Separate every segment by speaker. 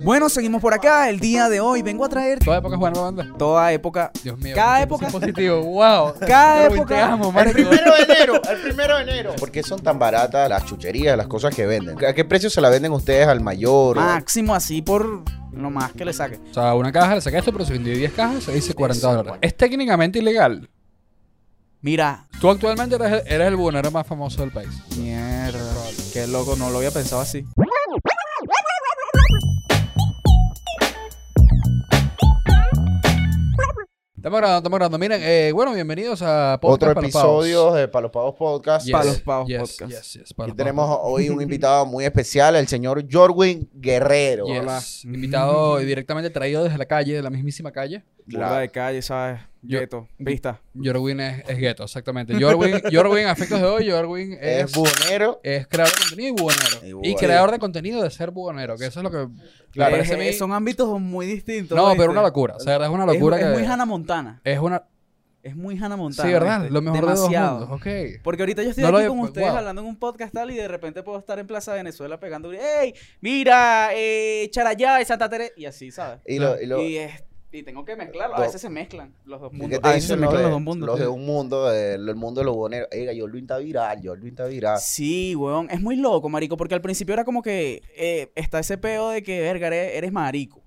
Speaker 1: Bueno, seguimos por acá. El día de hoy vengo a traer
Speaker 2: Toda época jugando banda.
Speaker 1: toda época.
Speaker 2: Dios mío.
Speaker 1: Cada
Speaker 2: qué
Speaker 1: época-
Speaker 2: tipo positivo. Wow.
Speaker 1: Cada
Speaker 2: Robin,
Speaker 1: época-
Speaker 2: Te amo,
Speaker 3: El
Speaker 2: marico.
Speaker 3: primero de enero, el primero de enero.
Speaker 4: ¿Por qué son tan baratas las chucherías, las cosas que venden? ¿A qué precio se la venden ustedes al mayor?
Speaker 1: Máximo así por lo más que le saque.
Speaker 2: O sea, una caja le saca esto, pero si vendí 10 cajas, se dice 40 dólares. Es técnicamente ilegal.
Speaker 1: Mira,
Speaker 2: Tú actualmente eres, eres el buhonero más famoso del país.
Speaker 1: mierda. Qué loco, no lo había pensado así.
Speaker 2: Estamos grabando, estamos grabando. Miren, eh, bueno, bienvenidos a Podcast
Speaker 4: Otro
Speaker 2: para los
Speaker 4: episodio de Palos Pavos Podcast.
Speaker 2: Yes,
Speaker 1: Para los pavos
Speaker 2: yes,
Speaker 1: podcast.
Speaker 2: yes, yes, para
Speaker 4: Aquí
Speaker 2: los
Speaker 4: tenemos
Speaker 2: pavos.
Speaker 4: hoy un invitado muy especial, el señor Jorwin Guerrero.
Speaker 2: Yes.
Speaker 1: Hola.
Speaker 2: Invitado y directamente traído desde la calle, de la mismísima calle.
Speaker 4: Claro.
Speaker 1: Burda de calle, ¿sabes?
Speaker 2: Yo-
Speaker 1: Gueto, vista.
Speaker 2: Jorwin es, es gueto, exactamente. Jorwin, Jorwin, afectos de hoy, Jorwin es,
Speaker 4: Es buhonero.
Speaker 2: es creador de contenido y buhonero.
Speaker 4: Y
Speaker 2: Y,
Speaker 4: buhonero.
Speaker 2: creador de contenido de ser buhonero, que eso es lo que
Speaker 1: Claro,
Speaker 2: me parece a mí.
Speaker 1: son ámbitos muy distintos.
Speaker 2: No,
Speaker 1: ¿viste?
Speaker 2: pero una locura. O sea, es una
Speaker 1: Es-
Speaker 2: locura
Speaker 1: es,
Speaker 2: que.
Speaker 1: muy Hannah Montana.
Speaker 2: es una.
Speaker 1: Es muy Hannah Montana.
Speaker 2: Sí, ¿verdad?
Speaker 1: ¿viste?
Speaker 2: Lo mejor
Speaker 1: Demasiado.
Speaker 2: de dos mundos. Ok.
Speaker 1: Porque ahorita yo estoy
Speaker 2: No lo
Speaker 1: aquí
Speaker 2: había-
Speaker 1: con ustedes
Speaker 2: wow.
Speaker 1: hablando en un podcast tal y de repente puedo estar en Plaza Venezuela pegando, ¡Ey! Mira, eh, Charallá y Santa Teresa. Y así, ¿sabes?
Speaker 4: Y, lo, y, lo-
Speaker 1: Y, es- y tengo que mezclarlo. A
Speaker 4: Do-
Speaker 1: veces se mezclan los dos
Speaker 4: ¿qué
Speaker 1: mundos.
Speaker 4: te
Speaker 1: A veces ah, se
Speaker 4: dicen los
Speaker 1: mezclan
Speaker 4: de,
Speaker 1: los dos mundos.
Speaker 4: los de un mundo, de- el mundo de los buhoneros? Oiga, Jorwin está viral, Jorwin está viral.
Speaker 1: Sí, weón. Es muy loco, marico. Porque al principio era como que eh, está ese peo de que, verga, eres, eres marico.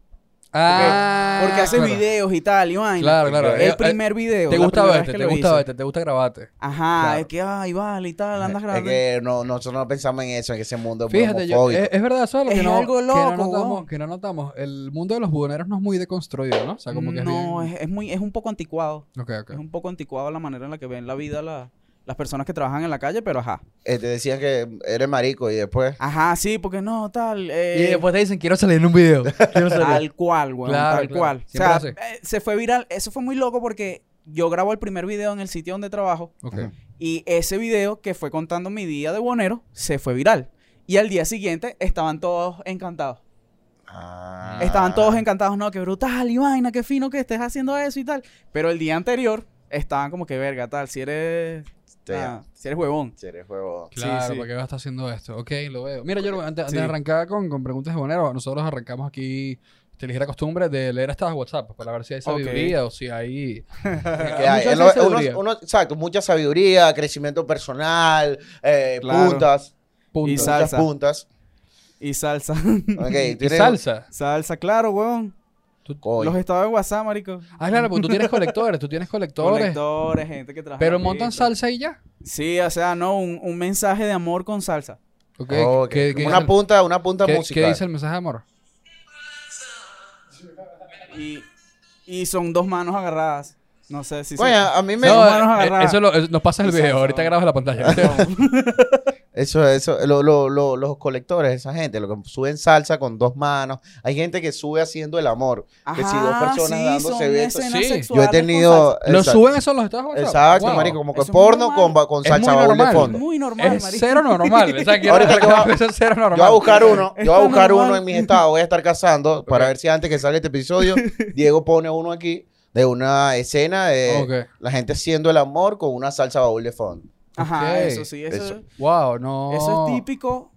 Speaker 2: Ah.
Speaker 1: Porque haces
Speaker 2: claro.
Speaker 1: videos y tal, y vaina.
Speaker 2: Claro, claro. Eh, eh,
Speaker 1: El primer video.
Speaker 2: Te
Speaker 1: la
Speaker 2: gusta
Speaker 1: primera
Speaker 2: verte,
Speaker 1: vez que
Speaker 2: te
Speaker 1: lo
Speaker 2: gusta
Speaker 1: hice.
Speaker 2: verte, te gusta grabarte.
Speaker 1: Ajá,
Speaker 2: Claro.
Speaker 1: es que, ay, vale y tal, andas
Speaker 4: Es
Speaker 1: grabando.
Speaker 4: que no, nosotros no pensamos en eso, en ese mundo
Speaker 2: Fíjate, yo, eh,
Speaker 4: homofóbico.
Speaker 2: es, es verdad, solo que
Speaker 1: Es
Speaker 2: no,
Speaker 1: algo
Speaker 2: que
Speaker 1: loco,
Speaker 2: no notamos,
Speaker 1: weón.
Speaker 2: que no notamos. El mundo de los buhoneros no es muy deconstruido, ¿no? O sea, como que
Speaker 1: no,
Speaker 2: es.
Speaker 1: es, es muy, es un poco anticuado.
Speaker 2: bien- Ok, ok.
Speaker 1: Es un poco anticuado la manera en la que ven la vida la- las personas que trabajan en la calle, pero ajá.
Speaker 4: Eh, te decían que eres marico y después...
Speaker 1: Ajá, sí, porque no, tal. eh,
Speaker 2: Y después te dicen, quiero salir en un video. Quiero salir.
Speaker 1: Tal cual, weón,
Speaker 2: Claro,
Speaker 1: tal
Speaker 2: claro.
Speaker 1: cual. O
Speaker 2: Siempre
Speaker 1: sea,
Speaker 2: así.
Speaker 1: eh, se fue viral. Eso fue muy loco porque yo grabo el primer video en el sitio donde trabajo
Speaker 2: Ok.
Speaker 1: y ese video que fue contando mi día de bonero se fue viral. Y al día siguiente estaban todos encantados.
Speaker 4: Ah.
Speaker 1: Estaban todos encantados, no, qué brutal y vaina, qué fino que estés haciendo eso y tal. Pero el día anterior estaban como que verga, tal, si eres,
Speaker 4: Te-
Speaker 1: ah, si eres huevón.
Speaker 4: si eres huevón.
Speaker 1: Sí,
Speaker 2: Claro,
Speaker 1: sí.
Speaker 2: porque va a estar haciendo esto. Ok, lo veo. Mira, yo antes, antes
Speaker 1: Sí.
Speaker 2: de arrancar con, con preguntas de bonero, nosotros arrancamos aquí te ligera costumbre de leer estas WhatsApp pues, para ver si hay sabiduría o si hay.
Speaker 4: que Eh, hay.
Speaker 2: Muchas veces
Speaker 4: En lo-
Speaker 2: hay
Speaker 4: unos-
Speaker 2: sabiduría.
Speaker 4: unos- exacto, mucha sabiduría, crecimiento personal, eh,
Speaker 1: Claro.
Speaker 4: puntas,
Speaker 2: Punto.
Speaker 1: Y
Speaker 2: Y,
Speaker 1: sa-
Speaker 4: muchas
Speaker 1: salsa.
Speaker 4: puntas.
Speaker 1: Y salsa.
Speaker 4: Ok, tienes-
Speaker 2: salsa.
Speaker 1: salsa, claro, weón.
Speaker 4: Coño.
Speaker 1: Los estados de WhatsApp, marico.
Speaker 2: Ah, claro, porque tú tienes colectores, tú tienes colectores.
Speaker 1: Colectores, gente que trabaja.
Speaker 4: ah,
Speaker 2: pero
Speaker 1: en la
Speaker 2: montan
Speaker 1: pista.
Speaker 2: salsa y ya.
Speaker 1: Sí, o sea, no, un, un mensaje de amor con salsa.
Speaker 2: Ok.
Speaker 4: Ah, Ok,
Speaker 2: ¿Qué, qué
Speaker 4: una
Speaker 2: dice el-
Speaker 4: punta, una punta
Speaker 2: qué- qué
Speaker 4: musical.
Speaker 2: dice el mensaje de amor?
Speaker 1: Y, y son dos manos agarradas. No sé si
Speaker 4: Coño,
Speaker 1: son-
Speaker 4: a mí me
Speaker 1: No,
Speaker 2: eh,
Speaker 1: manos
Speaker 2: eh,
Speaker 1: agarradas.
Speaker 2: eso lo- es- nos pasas el
Speaker 1: Y
Speaker 2: video,
Speaker 1: salsa,
Speaker 2: ahorita
Speaker 1: ¿no?
Speaker 2: grabas la pantalla.
Speaker 4: eso eso lo- lo- lo- los colectores, esa gente, lo que suben salsa con dos manos. Hay gente que sube haciendo el amor, que
Speaker 2: Pues
Speaker 4: si dos
Speaker 1: Ajá,
Speaker 4: personas
Speaker 1: sí,
Speaker 4: dándose
Speaker 1: son
Speaker 4: besos.
Speaker 1: escenas
Speaker 2: Sí. Yo he
Speaker 4: Yo he
Speaker 1: sexuales con
Speaker 4: tenido
Speaker 1: salsa.
Speaker 2: ¿Lo
Speaker 4: exacto,
Speaker 2: suben eso en los estados WhatsApp?
Speaker 4: Exacto,
Speaker 2: Wow.
Speaker 4: marico, como que
Speaker 1: Eso es muy
Speaker 4: porno con,
Speaker 1: normal.
Speaker 4: ba- con
Speaker 2: Es muy
Speaker 4: salsa baúl de
Speaker 2: normal.
Speaker 4: fondo.
Speaker 1: Muy normal,
Speaker 2: Es
Speaker 1: marico.
Speaker 2: cero normal. O sea, quiero
Speaker 4: Ahorita que
Speaker 2: recalcar
Speaker 4: va-
Speaker 2: que eso es cero normal.
Speaker 4: Yo voy a buscar uno, yo voy
Speaker 1: Está
Speaker 4: a buscar uno
Speaker 1: normal.
Speaker 4: en mis estados, voy a estar cazando para ver si antes que salga este episodio, Diego pone uno aquí de una escena de
Speaker 2: Ok.
Speaker 4: la gente haciendo el amor con una salsa baúl de fondo.
Speaker 1: Ajá,
Speaker 2: Ok.
Speaker 1: eso sí, eso,
Speaker 4: Eso.
Speaker 2: Wow, no.
Speaker 1: eso es típico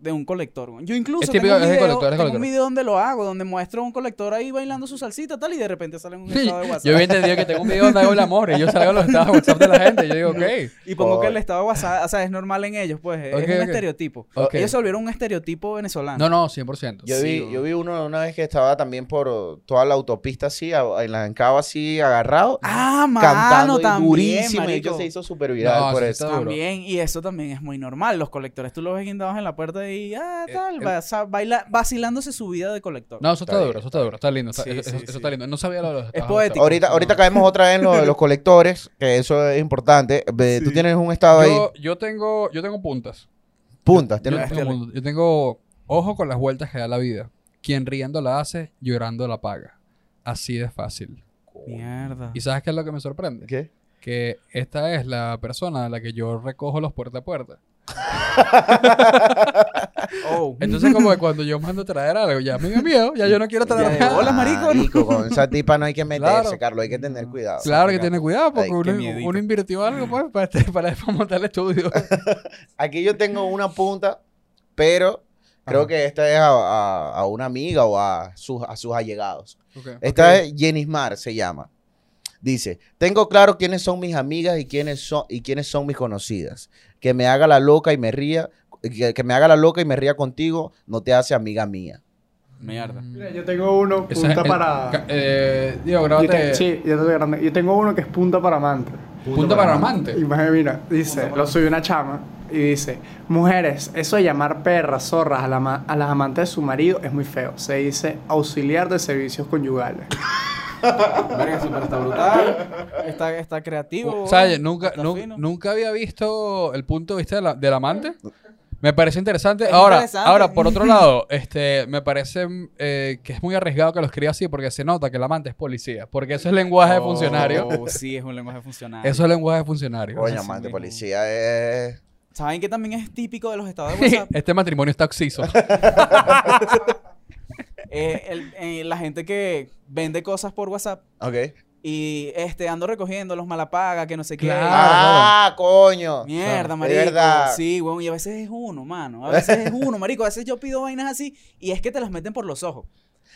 Speaker 1: de un colector. güey. Yo incluso
Speaker 2: Es típico,
Speaker 1: tengo, un
Speaker 2: es de
Speaker 1: video,
Speaker 2: colector, es de
Speaker 1: tengo
Speaker 2: colector.
Speaker 1: un video donde lo hago, donde muestro a un colector ahí bailando su salsita tal y de repente sale en un
Speaker 2: Sí,
Speaker 1: estado de WhatsApp.
Speaker 2: yo había entendido que tengo un video donde hago el amor y yo salgo a los estados de WhatsApp de la gente. y Yo digo, ok.
Speaker 1: Y pongo que el
Speaker 4: Coño.
Speaker 1: estado de WhatsApp, o sea, es normal en ellos, pues, es
Speaker 2: Ok,
Speaker 1: un
Speaker 2: ok.
Speaker 1: estereotipo.
Speaker 2: Ok.
Speaker 1: Ellos se volvieron un estereotipo venezolano.
Speaker 2: No, no, 100%.
Speaker 4: oh, Yo,
Speaker 1: Sí,
Speaker 4: vi,
Speaker 1: bro.
Speaker 4: yo vi uno una vez que estaba también por toda la autopista así, a- en la encaba así agarrado,
Speaker 1: Ah,
Speaker 4: cantando
Speaker 1: mano,
Speaker 4: y
Speaker 1: también,
Speaker 4: durísimo y
Speaker 1: marico.
Speaker 4: que se hizo súper viral
Speaker 2: No,
Speaker 4: por
Speaker 2: sí
Speaker 4: eso.
Speaker 2: está- duro.
Speaker 1: También, y eso también es muy normal. Los colectores, tú los ves guindados en la puerta y, ah,
Speaker 2: Eh,
Speaker 1: tal,
Speaker 2: el-
Speaker 1: va- sa- baila- vacilándose su vida de colector.
Speaker 2: No, eso
Speaker 4: Está
Speaker 2: está,
Speaker 4: bien.
Speaker 2: duro, eso está duro. Está lindo. está-
Speaker 1: Sí,
Speaker 2: eso,
Speaker 1: sí,
Speaker 2: eso- eso
Speaker 1: sí.
Speaker 2: está lindo. No sabía lo de los
Speaker 1: Es
Speaker 2: estados de
Speaker 1: poético.
Speaker 2: WhatsApp.
Speaker 4: Ahorita,
Speaker 2: No.
Speaker 4: ahorita caemos otra vez en lo de los colectores, que eso es importante. Ve, Tú
Speaker 1: Sí.
Speaker 4: tienes un estado ahí,
Speaker 2: Yo, yo, tengo, yo tengo puntas.
Speaker 4: puntas.
Speaker 2: Yo,
Speaker 4: tienes-
Speaker 1: Este
Speaker 2: tengo, puntas. Yo tengo ojo con las vueltas que da la vida. Quien riendo la hace, llorando la paga. Así de fácil.
Speaker 1: Mierda.
Speaker 2: ¿Y sabes qué es lo que me sorprende?
Speaker 4: ¿Qué?
Speaker 2: que esta es la persona a la que yo recojo los puerta a puerta.
Speaker 1: Oh.
Speaker 2: Entonces, como que cuando yo mando a traer algo, ya me dio miedo, ya yo no quiero
Speaker 1: Ya
Speaker 2: traer
Speaker 1: de
Speaker 2: nada.
Speaker 1: bola. Hola, marico.
Speaker 4: Ah, con esa tipa no hay que meterse,
Speaker 2: Claro.
Speaker 4: Carlos, hay que tener
Speaker 1: Ah,
Speaker 4: cuidado.
Speaker 2: Claro que tiene cuidado,
Speaker 4: Ay,
Speaker 2: porque
Speaker 4: qué
Speaker 2: uno,
Speaker 1: miedito. Mm.
Speaker 2: uno invirtió algo pues, para, este- para, para montar el estudio.
Speaker 4: Aquí yo tengo una punta, pero Creo
Speaker 2: Ajá.
Speaker 4: que esta es a, a- a una amiga o a sus, a sus allegados.
Speaker 2: Ok.
Speaker 4: Esta es Jenny Mar, se llama. Dice, tengo claro quiénes son mis amigas y quiénes son, y quiénes son mis conocidas. Que me haga la loca y me ría, que, que me haga la loca y me ría contigo, no te hace amiga mía.
Speaker 1: Mierda.
Speaker 2: Mm.
Speaker 3: Mira, yo tengo uno
Speaker 2: Esa
Speaker 3: punta
Speaker 2: es- ca-
Speaker 3: para.
Speaker 2: Eh, Diego,
Speaker 3: Yo
Speaker 2: grábate.
Speaker 3: te- Sí, yo estoy grande. Yo tengo uno que es punta para amante.
Speaker 2: Punto para amante.
Speaker 3: Imagen, mira, dice, lo subió una chama y dice, mujeres, eso de llamar perras, zorras a, la ma- a las amantes de su marido es muy feo. Se dice auxiliar de servicios conyugales.
Speaker 1: Verga, súper está brutal. Está, está creativo.
Speaker 2: O sea,
Speaker 1: weón.
Speaker 2: nunca,
Speaker 1: Está
Speaker 2: nu-
Speaker 1: fino.
Speaker 2: nunca había visto el punto de vista de la- del amante. Me parece interesante.
Speaker 1: Es
Speaker 2: ahora,
Speaker 1: interesante.
Speaker 2: ahora, por otro lado, este, me parece mm, eh, que es muy arriesgado que lo escriba así porque se nota que el amante es policía. Porque eso es lenguaje de funcionario.
Speaker 1: Oh, sí, es un lenguaje funcionario.
Speaker 2: Eso es lenguaje de funcionario.
Speaker 4: Coño,
Speaker 1: así
Speaker 4: amante,
Speaker 1: mismo.
Speaker 4: policía es...
Speaker 1: ¿Saben que también es típico de los estados de WhatsApp?
Speaker 2: este matrimonio está oxiso.
Speaker 1: Eh, el- eh, la gente que vende cosas por WhatsApp
Speaker 4: Ok.
Speaker 1: y este ando recogiendo los malapaga, que no sé qué.
Speaker 2: Claro.
Speaker 4: Ah, coño.
Speaker 1: Mierda,
Speaker 2: Claro.
Speaker 1: marico.
Speaker 4: Es verdad.
Speaker 1: Sí, weón. Y a veces es uno, mano. A veces es uno, marico. A veces yo pido vainas así y es que te las meten por los ojos.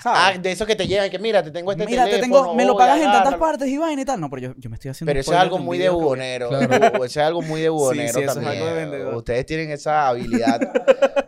Speaker 4: Ah,
Speaker 1: ¿Sabes?
Speaker 4: de esos que te llegan, que mira, te tengo este
Speaker 1: Mira, te tengo,
Speaker 4: teléfono,
Speaker 1: me lo
Speaker 4: voy,
Speaker 1: pagas en tantas
Speaker 4: agárralo.
Speaker 1: partes y vaina y tal. No, pero yo, yo me estoy haciendo.
Speaker 4: Pero eso es
Speaker 1: spoiler
Speaker 4: algo
Speaker 1: un
Speaker 4: muy de
Speaker 1: video que-
Speaker 4: bugonero.
Speaker 2: Claro.
Speaker 4: o- Eso es algo muy de bugonero
Speaker 1: sí, eso es
Speaker 4: también.
Speaker 1: algo de vendedor.
Speaker 4: Ustedes tienen esa habilidad.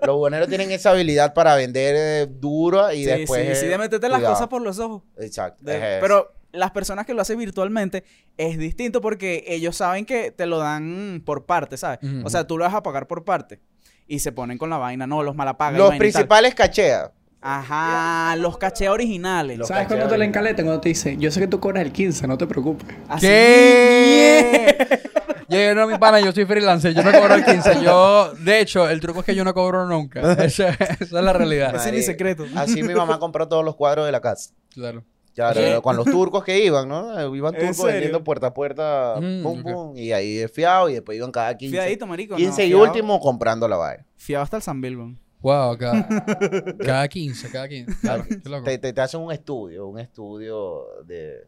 Speaker 4: Los bugoneros tienen esa habilidad para vender eh, duro
Speaker 1: Sí,
Speaker 4: y después. eh,
Speaker 1: sí, sí, de meterte las
Speaker 4: cuidado.
Speaker 1: cosas por los ojos.
Speaker 4: Exacto.
Speaker 1: De-
Speaker 4: es eso.
Speaker 1: pero las personas que lo hacen virtualmente es distinto porque ellos saben que te lo dan por parte, ¿sabes?
Speaker 2: Ujú.
Speaker 1: O sea, tú lo vas a pagar por parte. Y se ponen con la vaina, no, los malapagas. y
Speaker 4: Los
Speaker 1: vaina y tal.
Speaker 4: principales cachea.
Speaker 1: Ajá, los caché originales.
Speaker 4: Los-
Speaker 3: ¿Sabes cuando te la encaletan? Cuando te dice, yo sé que tú cobras el 15, no te preocupes.
Speaker 1: Así-
Speaker 2: ¿Qué? Yo no, mi pana, yo soy freelancer, yo no cobro el 15. Yo, de hecho, el truco es que yo no cobro nunca. Esa, esa es la realidad.
Speaker 1: Ese es mi
Speaker 4: Marico.
Speaker 1: secreto.
Speaker 4: Así mi mamá compró todos los cuadros de la casa.
Speaker 2: Claro.
Speaker 4: Claro,
Speaker 1: ¿Qué?
Speaker 4: con los turcos que iban, ¿no? Iban
Speaker 1: ¿En
Speaker 4: turcos
Speaker 1: serio?
Speaker 4: vendiendo puerta a puerta,
Speaker 2: Mm,
Speaker 4: pum,
Speaker 2: ok.
Speaker 4: pum, y ahí de fiado, y después iban cada 15.
Speaker 1: Fiadito, marico. no,
Speaker 4: 15 y
Speaker 1: fiado-
Speaker 4: último comprando la vaina.
Speaker 1: Fiado hasta el San Bilbon.
Speaker 2: Wow, cada, cada 15, cada 15. Claro, qué loco.
Speaker 4: Te, te- te hacen un estudio, un estudio de,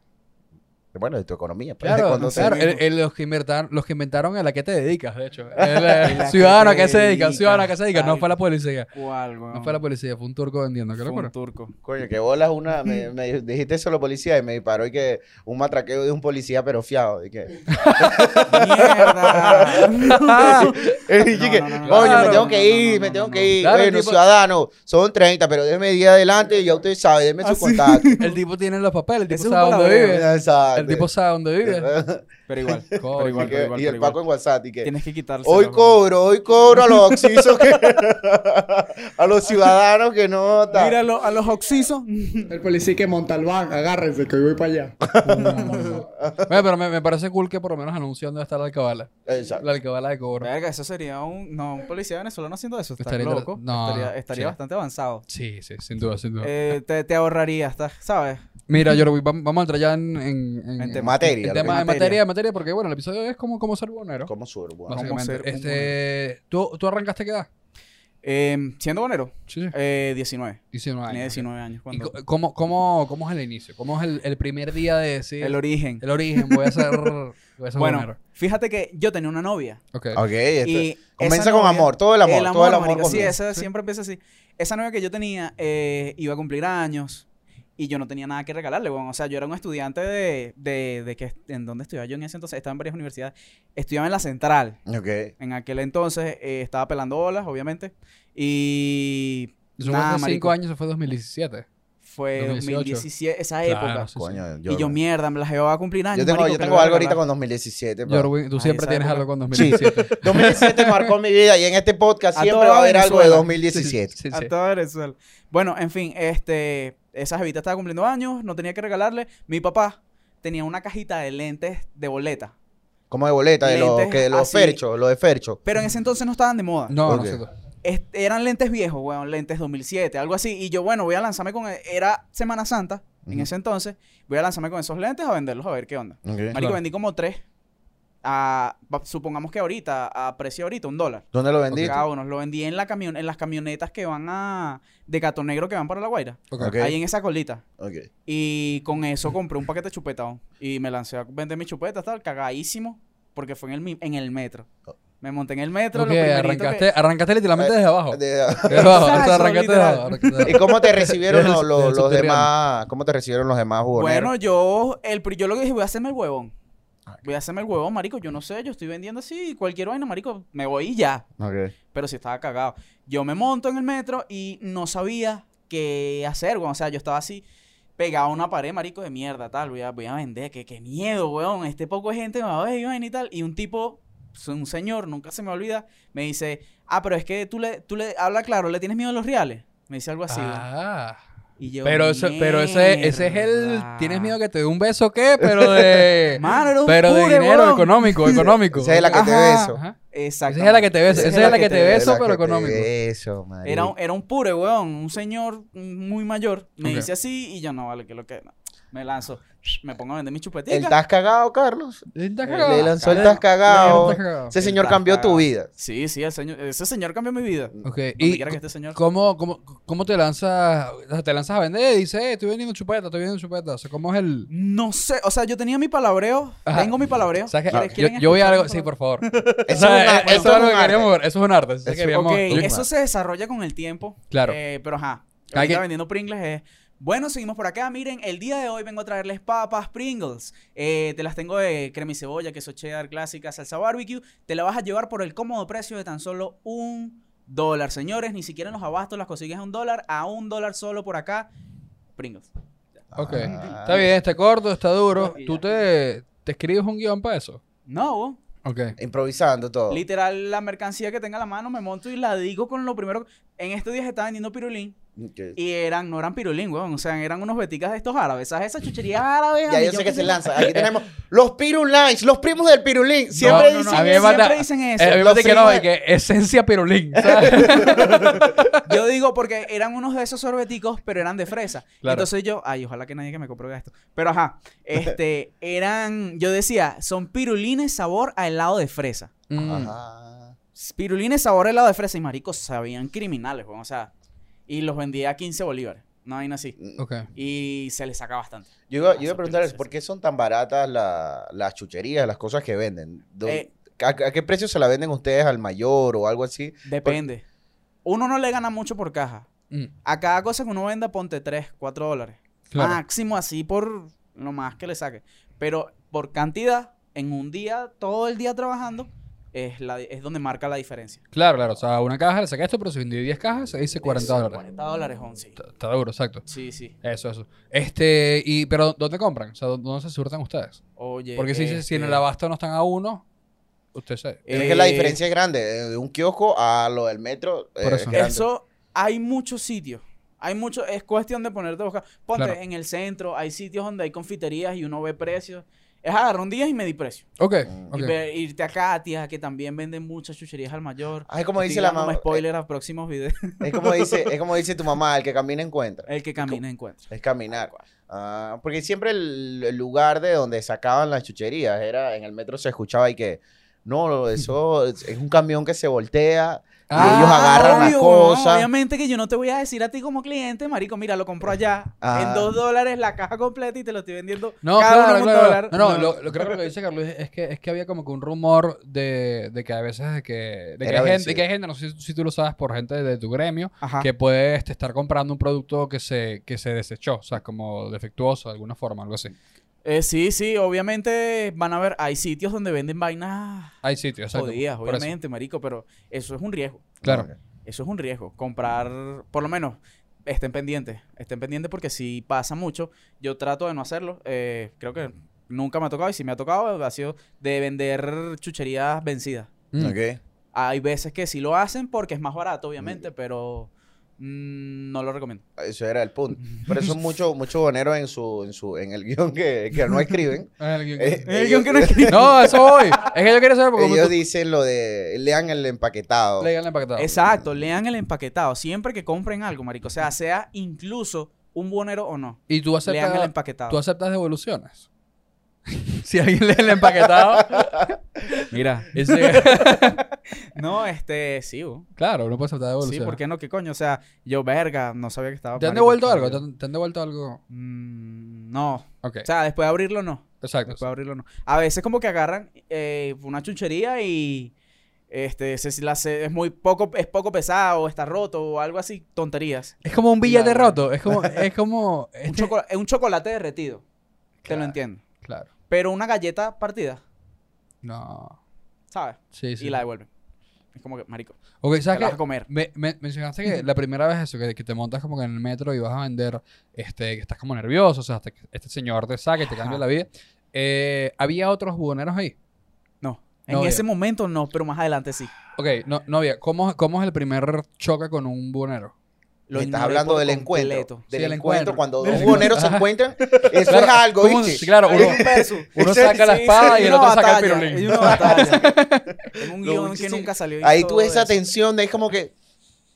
Speaker 4: de, bueno, de tu economía. pues, de
Speaker 2: Claro,
Speaker 4: cuando se-
Speaker 2: claro,
Speaker 1: dijo.
Speaker 2: el- el- los, que inventaron, los que inventaron a la que te dedicas, de hecho. El,
Speaker 1: la que
Speaker 2: eh, ciudadano
Speaker 1: te
Speaker 2: que se dedica,
Speaker 1: dedicas,
Speaker 2: ciudadano que se dedica. No
Speaker 1: tal.
Speaker 2: fue la policía,
Speaker 1: ¿Cuál, weón?
Speaker 2: no fue la policía, fue un turco vendiendo, qué
Speaker 1: Fue un
Speaker 2: locura.
Speaker 1: turco.
Speaker 4: Coño, que bolas una. Me, me dijiste eso a los policías y me disparó y que un matraqueo de un policía, pero fiado. Y que.
Speaker 1: ¡Mierda!
Speaker 4: y
Speaker 1: No,
Speaker 4: que,
Speaker 1: no, no, no,
Speaker 4: coño,
Speaker 2: claro.
Speaker 4: me tengo
Speaker 1: No,
Speaker 4: que
Speaker 1: no,
Speaker 4: ir,
Speaker 1: no,
Speaker 4: me
Speaker 1: no,
Speaker 4: tengo
Speaker 1: no,
Speaker 4: que
Speaker 1: no.
Speaker 4: ir.
Speaker 2: Claro,
Speaker 4: bueno,
Speaker 2: tipo-
Speaker 4: ciudadano, son 30, pero déjeme ir adelante y ya usted sabe, déme su
Speaker 1: Así.
Speaker 4: contacto.
Speaker 2: El tipo tiene los papeles, el tipo
Speaker 1: Ese es un
Speaker 2: sabe dónde
Speaker 1: palabreo.
Speaker 2: vive.
Speaker 4: Exacto.
Speaker 2: El tipo sabe dónde vive.
Speaker 1: Pero igual, pero
Speaker 2: Coño,
Speaker 1: igual,
Speaker 4: Y que-
Speaker 1: pero igual.
Speaker 4: y
Speaker 1: pero
Speaker 4: el
Speaker 1: igual.
Speaker 4: Paco en WhatsApp y que.
Speaker 1: Tienes que quitarse.
Speaker 4: Hoy cobro, hoy cobro a los oxisos que. a los ciudadanos que no. tal.
Speaker 1: Míralo, a los oxisos.
Speaker 3: El policía que Montalbán, agárrense que hoy voy para allá.
Speaker 2: Bueno, pero me, me parece cool que por lo menos anunció dónde está la alcabala.
Speaker 4: Exacto.
Speaker 2: La alcabala de cobro.
Speaker 1: Verga, eso sería un. No, un policía venezolano haciendo eso. Está
Speaker 2: Estaría inter-
Speaker 1: loco.
Speaker 2: no,
Speaker 1: estaría estaría
Speaker 2: sí.
Speaker 1: bastante avanzado.
Speaker 2: Sí, sí, sin duda, sin duda.
Speaker 1: Eh, te, te ahorraría, estás- ¿sabes?
Speaker 2: Mira, yo vamos a entrar ya en, en, en,
Speaker 1: En
Speaker 2: en
Speaker 1: tema.
Speaker 4: Materia.
Speaker 2: en
Speaker 4: lo
Speaker 2: tema
Speaker 4: que-
Speaker 1: materia.
Speaker 2: de materia, de materia, porque bueno, el episodio es como, como ser buenero.
Speaker 4: ¿Cómo surbo?
Speaker 1: Más-
Speaker 2: Básicamente.
Speaker 1: ser
Speaker 2: este, ¿tú, ¿Tú arrancaste qué edad?
Speaker 1: Eh, siendo bonero,
Speaker 2: Sí, sí.
Speaker 1: eh, 19.
Speaker 2: 19
Speaker 1: Tenía
Speaker 2: años.
Speaker 1: 19 años.
Speaker 2: ¿Y
Speaker 1: Cuando,
Speaker 2: co- cómo, cómo, cómo es el inicio? ¿Cómo es el, el primer día de decir
Speaker 1: el origen.
Speaker 2: el origen? Voy a ser, voy a ser
Speaker 1: bueno,
Speaker 2: bombero"?
Speaker 1: fíjate que yo tenía una novia.
Speaker 2: Ok.
Speaker 4: Ok, esto-
Speaker 1: Y
Speaker 4: Este, comienza
Speaker 1: esa
Speaker 4: con
Speaker 1: novia-
Speaker 4: amor, todo el amor, todo el amor.
Speaker 1: marico, sí,
Speaker 4: comienza.
Speaker 1: esa siempre empieza así. Esa novia que yo tenía eh, iba a cumplir años y yo no tenía nada que regalarle, weón. O sea, yo era un estudiante de, de, de que, ¿en dónde estudiaba yo en ese entonces? Estaba en varias universidades. Estudiaba en la Central.
Speaker 4: Ok.
Speaker 1: En aquel entonces eh, estaba pelando olas, obviamente. Y
Speaker 2: Eso
Speaker 1: nada,
Speaker 2: fue hace 5
Speaker 1: marico.
Speaker 2: años, eso fue 2017.
Speaker 1: fue
Speaker 2: 2018.
Speaker 1: 2017, esa
Speaker 2: Claro,
Speaker 1: época.
Speaker 2: sí, sí.
Speaker 4: Coño,
Speaker 1: y yo, mierda, me la llevaba a cumplir años.
Speaker 4: Yo tengo,
Speaker 1: marico,
Speaker 4: yo
Speaker 1: ¿qué le
Speaker 4: tengo
Speaker 1: voy a
Speaker 4: algo ahorita
Speaker 1: regalar?
Speaker 4: con 2017. bro.
Speaker 2: Jorwin, tú
Speaker 1: Ay,
Speaker 2: siempre
Speaker 1: esa
Speaker 2: tienes
Speaker 1: época.
Speaker 2: algo con
Speaker 4: Sí.
Speaker 2: 2017.
Speaker 4: 2017 marcó mi vida y en este podcast
Speaker 1: A
Speaker 4: siempre
Speaker 1: toda
Speaker 4: va a haber algo
Speaker 1: Venezuela.
Speaker 4: de
Speaker 2: Sí, sí,
Speaker 4: 2017.
Speaker 2: sí, sí.
Speaker 1: A toda Venezuela. Bueno, en fin, este, esa jevita estaba cumpliendo años, no tenía que regalarle. Mi papá tenía una cajita de lentes de boleta.
Speaker 4: Como de boleta, de los,
Speaker 1: Lentes
Speaker 4: que, los
Speaker 1: así.
Speaker 4: ferchos, los de fercho.
Speaker 1: Pero en ese entonces no estaban de moda.
Speaker 2: No,
Speaker 4: Ok.
Speaker 2: no sé. tú.
Speaker 1: Est- eran lentes viejos, weón, lentes 2007, algo así. Y yo, bueno, voy a lanzarme con... e, Era Semana Santa, en
Speaker 4: Ujú.
Speaker 1: ese entonces. Voy a lanzarme con esos lentes a venderlos a ver qué onda.
Speaker 4: Ok.
Speaker 1: Marico,
Speaker 2: Claro.
Speaker 1: vendí como tres. A, va- supongamos que ahorita, a precio ahorita, un dólar.
Speaker 4: ¿Dónde lo vendiste?
Speaker 1: Cada uno. Lo vendí en, la camion en las camionetas que van a... De Gato Negro que van para La Guaira.
Speaker 2: Ok.
Speaker 4: Ok.
Speaker 1: Ahí en esa colita.
Speaker 4: Ok.
Speaker 1: Y con eso compré un paquete de chupetas. ¿no? Y me lancé a vender mis chupetas, tal, cagadísimo. Porque fue en el, mi- en el metro. Me Me monté en el metro,
Speaker 2: Ok,
Speaker 1: lo primerito que-
Speaker 2: arrancaste, arrancaste literalmente desde abajo.
Speaker 4: De-
Speaker 2: Desde abajo, o sea,
Speaker 1: Exacto,
Speaker 2: arrancaste desde
Speaker 1: literal.
Speaker 2: abajo. arrancaste desde
Speaker 4: ¿Y cómo te recibieron
Speaker 2: Del-
Speaker 4: los, los-
Speaker 2: del
Speaker 4: los
Speaker 2: subterráneo.
Speaker 4: demás? ¿Cómo te recibieron los demás buhoneros?
Speaker 1: Bueno, yo, el, pri- yo lo que dije, voy a hacerme el huevón.
Speaker 2: Ah,
Speaker 1: Voy a hacerme el huevón, marico. Yo no sé, yo estoy vendiendo así, cualquier vaina, marico. Me voy y ya.
Speaker 4: Ok.
Speaker 1: Pero sí estaba cagado. Yo me monto en el metro y no sabía qué hacer, weón. O sea, yo estaba así, pegado a una pared, marico, de mierda, tal. Voy a, voy a vender, que qué miedo, weón. Este poco de gente me va a ver y vaina y tal. Y un tipo, un señor, nunca se me olvida, me dice, ah, pero es que tú le, tú le, habla claro, ¿le tienes miedo a los reales? Me dice algo así, weón.
Speaker 2: Ah.
Speaker 1: Y yo,
Speaker 2: Pero, eso, pero ese, ese es el.
Speaker 1: "Mierda".
Speaker 2: ¿Tienes miedo que te dé un beso o qué? Pero de.
Speaker 1: Mano, era un
Speaker 2: pero de
Speaker 1: pure,
Speaker 2: dinero,
Speaker 1: weón.
Speaker 2: económico, económico.
Speaker 4: Esa es la que
Speaker 1: Ajá.
Speaker 4: te beso.
Speaker 2: Ajá.
Speaker 1: Exacto.
Speaker 2: Esa es la que te beso. Esa es la que te
Speaker 1: beso.
Speaker 2: beso,
Speaker 4: Esa
Speaker 2: pero
Speaker 4: que te
Speaker 2: económico.
Speaker 4: beso, marico.
Speaker 1: Era un, era un pure, weón. Un señor muy mayor. Me
Speaker 2: Ok.
Speaker 1: dice así y yo, no, vale, que lo que... no. Me lanzo. Me pongo a vender mi
Speaker 4: El
Speaker 1: chupetica.
Speaker 4: estás cagado, Carlos.
Speaker 2: Estás
Speaker 1: Le
Speaker 2: cagado.
Speaker 4: Le lanzó el
Speaker 1: cagado.
Speaker 4: estás cagado.
Speaker 2: No, estás cagado.
Speaker 4: Ese
Speaker 1: El
Speaker 4: señor
Speaker 1: estás
Speaker 4: cambió tu
Speaker 1: cagado.
Speaker 4: vida.
Speaker 1: Sí, sí, el señor, ese señor cambió mi vida.
Speaker 2: Ok,
Speaker 1: Donde
Speaker 2: y
Speaker 1: quiera que este señor.
Speaker 2: ¿cómo, cómo, cómo te lanzas? O sea, Te lanzas a vender y dices, eh, estoy vendiendo chupeta, estoy vendiendo chupeta. O sea, ¿cómo es el...?
Speaker 1: No sé, o sea, yo tenía mi palabreo.
Speaker 2: Ajá.
Speaker 1: Tengo mi palabreo.
Speaker 2: O sea, que-
Speaker 1: ¿Quieres-
Speaker 2: yo,
Speaker 1: quieren
Speaker 2: yo voy a
Speaker 1: escuchar
Speaker 2: algo...
Speaker 1: mi
Speaker 2: Sí,
Speaker 1: palabreo?
Speaker 2: por favor.
Speaker 4: Eso
Speaker 2: O sea,
Speaker 4: es un
Speaker 2: eh, eso es
Speaker 4: arte,
Speaker 2: algo que queríamos
Speaker 4: arte.
Speaker 2: ver. Eso es un arte. Eso
Speaker 4: Eso-
Speaker 2: queríamos...
Speaker 1: Ok,
Speaker 2: yo-
Speaker 1: eso se desarrolla con el tiempo.
Speaker 2: Claro.
Speaker 1: Eh, pero ajá.
Speaker 2: Cada
Speaker 1: Ahorita
Speaker 2: quien-
Speaker 1: vendiendo Pringles es. Bueno, seguimos por acá. Miren, el día de hoy vengo a traerles papas Pringles. Eh, te las tengo de crema y cebolla, queso cheddar clásica, salsa barbecue. Te la vas a llevar por el cómodo precio de tan solo un dólar, señores. Ni siquiera en los abastos las consigues a un dólar. A un dólar solo por acá. Pringles.
Speaker 2: Ok.
Speaker 4: Ah.
Speaker 2: Está bien, está corto, está duro.
Speaker 1: Y ya.
Speaker 2: ¿Tú te, te escribes un guión para eso?
Speaker 1: No, bo.
Speaker 2: Ok.
Speaker 4: Improvisando todo.
Speaker 1: literal, la mercancía que tenga a la mano me monto y la digo con lo primero. En estos días estaba vendiendo pirulín.
Speaker 4: Ok.
Speaker 1: Y eran, no eran pirulín, weón. O sea, eran unos beticas de estos árabes. ¿Sabes? Esas chucherías árabes.
Speaker 4: Ya yo sé que se lanza. Aquí tenemos los Pirulines, los primos del Pirulín. Siempre
Speaker 1: Siempre,
Speaker 2: no,
Speaker 4: dicen
Speaker 2: a mí me
Speaker 1: dicen,
Speaker 2: mata-
Speaker 1: siempre dicen eso.
Speaker 2: Eh, a mí me
Speaker 4: los
Speaker 2: parece que no,
Speaker 4: primos-
Speaker 2: es que esencia pirulín. ¿sabes?
Speaker 1: Yo digo porque eran unos de esos sorbeticos, pero eran de fresa.
Speaker 2: Claro.
Speaker 1: Entonces yo, ay, ojalá que nadie que me compró esto. Pero ajá, este, eran, yo decía, son pirulines sabor a helado de fresa.
Speaker 2: Mm.
Speaker 4: Ajá.
Speaker 1: Pirulines sabor a helado de fresa. Y maricos sabían criminales, weón. O sea, y los vendía a 15 bolívares. No hay así.
Speaker 2: Mm, Ok.
Speaker 1: Y se les saca bastante.
Speaker 4: Yo iba, yo
Speaker 1: Ah,
Speaker 4: iba a
Speaker 1: son
Speaker 4: preguntarles
Speaker 1: princesas.
Speaker 4: por qué son tan baratas la- las chucherías, las cosas que venden. Do-
Speaker 1: Eh.
Speaker 4: ¿A, a qué precio se la venden ustedes al mayor o algo así?
Speaker 1: Depende. Uno no le gana mucho por caja.
Speaker 2: Mm.
Speaker 1: A cada cosa que uno venda, ponte 3, 4 dólares.
Speaker 2: Claro.
Speaker 1: Máximo así por lo más que le saque. Pero por cantidad, en un día, todo el día trabajando, es, la, es donde marca la diferencia.
Speaker 2: Claro, claro. O sea, una caja le saqué esto, pero si vendí 10 cajas, se dice 40
Speaker 1: Eso,
Speaker 2: dólares.
Speaker 1: 40 dólares, on, sí.
Speaker 2: Está, está duro, exacto.
Speaker 1: Sí, sí.
Speaker 2: Eso, eso. Este, y, pero ¿dónde compran? O sea, ¿dó- ¿dónde se surtan ustedes?
Speaker 1: Oye.
Speaker 2: Porque si, si- si en el
Speaker 1: este,
Speaker 2: abasto no están a uno, usted sabe.
Speaker 4: Es que la
Speaker 1: eh,
Speaker 4: diferencia es grande. eh, De un kiosco a lo del metro. eh,
Speaker 2: Por
Speaker 4: es
Speaker 2: eso.
Speaker 4: grande.
Speaker 1: Eso hay muchos sitios. Hay mucho, es cuestión de ponerte a buscar. Ponte
Speaker 2: Claro.
Speaker 1: en el centro, hay sitios donde hay confiterías y uno ve precios. Es agarrar un día y medir precios.
Speaker 2: Ok,
Speaker 4: Mm.
Speaker 2: ok.
Speaker 1: Y ver- irte a Katia, que también venden muchas chucherías al mayor.
Speaker 4: Ah, es como
Speaker 1: Estoy
Speaker 4: dice la
Speaker 1: dándome
Speaker 4: mamá.
Speaker 1: spoiler a próximos videos.
Speaker 4: Es como dice, es como dice tu mamá, el que camina encuentra.
Speaker 1: El que camina encuentra.
Speaker 4: Es caminar. Ah, porque siempre el, el lugar de donde sacaban las chucherías era en el metro se escuchaba y que no, eso es es un camión que se voltea y
Speaker 2: Ah,
Speaker 4: ellos agarran las
Speaker 1: obvio,
Speaker 4: cosas.
Speaker 1: Obviamente que yo no te voy a decir a ti como cliente, marico, mira, lo compro allá
Speaker 4: Ah.
Speaker 1: en dos dólares la caja completa y te lo estoy vendiendo
Speaker 2: No,
Speaker 1: cada
Speaker 2: claro,
Speaker 1: uno un
Speaker 2: claro.
Speaker 1: dólar.
Speaker 2: No, no, Lo, lo- creo que lo que dice Carlos es que, es que había como que un rumor de, de que a veces de que, de que
Speaker 4: Era
Speaker 2: hay gente,
Speaker 4: vencido.
Speaker 2: que hay gente, no sé si, si tú lo sabes, por gente de tu gremio,
Speaker 1: Ajá.
Speaker 2: que puede este, estar comprando un producto que se, que se desechó, o sea, como defectuoso de alguna forma, algo así.
Speaker 1: Eh, sí, sí, obviamente van a ver, hay sitios donde venden vainas
Speaker 2: Hay sitios, exacto.
Speaker 1: jodidas,
Speaker 2: por eso.
Speaker 1: obviamente, marico, pero eso es un riesgo.
Speaker 2: Claro.
Speaker 1: Eso es un riesgo. Comprar, por lo menos, estén pendientes. Estén pendientes porque si pasa mucho, yo trato de no hacerlo. Eh, creo que nunca me ha tocado y si me ha tocado ha sido de vender chucherías vencidas.
Speaker 2: Mm.
Speaker 4: Ok.
Speaker 1: Hay veces que sí lo hacen porque es más barato, obviamente, pero mm, no lo recomiendo.
Speaker 4: Eso era el punto. Por eso muchos mucho boneros en su, en su, en el guión que, que no escriben.
Speaker 2: Ah, el guión.
Speaker 4: eh,
Speaker 1: El
Speaker 4: ellos,
Speaker 1: guión que no escribe.
Speaker 2: No, eso voy. Es que yo quiero saber porque como
Speaker 4: ellos
Speaker 2: tú-
Speaker 4: dicen lo de lean el empaquetado.
Speaker 2: legal empaquetado.
Speaker 1: Exacto, lean el empaquetado. Siempre que compren algo, marico. O sea, sea incluso un buonero o no.
Speaker 2: Y tú
Speaker 1: Lean el
Speaker 2: aceptas, tú
Speaker 1: empaquetado.
Speaker 2: aceptas devoluciones. si alguien lee el empaquetado,
Speaker 1: Mira.
Speaker 2: ese-
Speaker 1: No, este, sí, bo.
Speaker 2: claro, uno puede aceptar
Speaker 1: Sí,
Speaker 2: devoluciones.
Speaker 1: ¿por qué no? ¿Qué coño? O sea, yo, verga, no sabía que estaba...
Speaker 2: ¿Te han
Speaker 1: marico,
Speaker 2: devuelto
Speaker 1: estaba
Speaker 2: algo? ¿Te
Speaker 1: yo.
Speaker 2: han, te han devuelto algo?
Speaker 1: Mm, no.
Speaker 2: Ok,
Speaker 1: O sea, después de abrirlo, no.
Speaker 2: exacto.
Speaker 1: Después de abrirlo, no. A veces como que agarran eh, una chuchería y... Este, se- la se- es muy poco, es poco pesado, está roto o algo así, tonterías.
Speaker 2: Es como un billete
Speaker 3: Claro.
Speaker 2: roto. Es como. Es como
Speaker 1: Un,
Speaker 2: este-
Speaker 1: chocola- es un chocolate derretido, te
Speaker 2: Claro.
Speaker 1: lo entiendo.
Speaker 2: Claro.
Speaker 1: Pero una galleta partida,
Speaker 2: No.
Speaker 1: ¿sabes?
Speaker 2: Sí, sí.
Speaker 1: Y la devuelven. Es como que, marico,
Speaker 2: Ok,
Speaker 1: te la
Speaker 2: ¿sabes
Speaker 1: vas a
Speaker 2: qué?
Speaker 1: comer.
Speaker 2: Me, me- mencionaste que la primera vez eso, que, que te montas como que en el metro y vas a vender, este, que estás como nervioso, o sea, hasta que este señor te saque, te cambia
Speaker 1: Ajá.
Speaker 2: la vida. Eh, ¿Había otros buhoneros ahí?
Speaker 1: No. En
Speaker 2: No,
Speaker 1: ese
Speaker 2: ya.
Speaker 1: momento no, pero más adelante sí.
Speaker 2: Ok, no, no había. ¿Cómo, ¿Cómo es el primer choque con un buhonero?
Speaker 1: Lo
Speaker 4: Estás
Speaker 1: ignoré
Speaker 4: hablando
Speaker 1: por
Speaker 4: del
Speaker 1: completo.
Speaker 4: encuentro. Del
Speaker 2: Sí, el
Speaker 4: encuentro.
Speaker 2: encuentro.
Speaker 4: Cuando
Speaker 2: Del
Speaker 4: dos buhoneros se encuentran, eso es algo,
Speaker 2: ¿Cómo-
Speaker 4: ¿viste?
Speaker 2: sí, claro, uno, uno
Speaker 4: Ese-
Speaker 2: saca la
Speaker 4: sí,
Speaker 2: espada
Speaker 1: Hay
Speaker 2: y el
Speaker 1: una
Speaker 2: otro saca el
Speaker 1: batalla,
Speaker 2: pirulín.
Speaker 1: hay una batalla. En un
Speaker 4: Lo
Speaker 1: guión que
Speaker 4: buenísimo-
Speaker 1: nunca salió. y
Speaker 4: Ahí tú
Speaker 1: todo
Speaker 4: ves esa
Speaker 1: eso.
Speaker 4: tensión de es como que.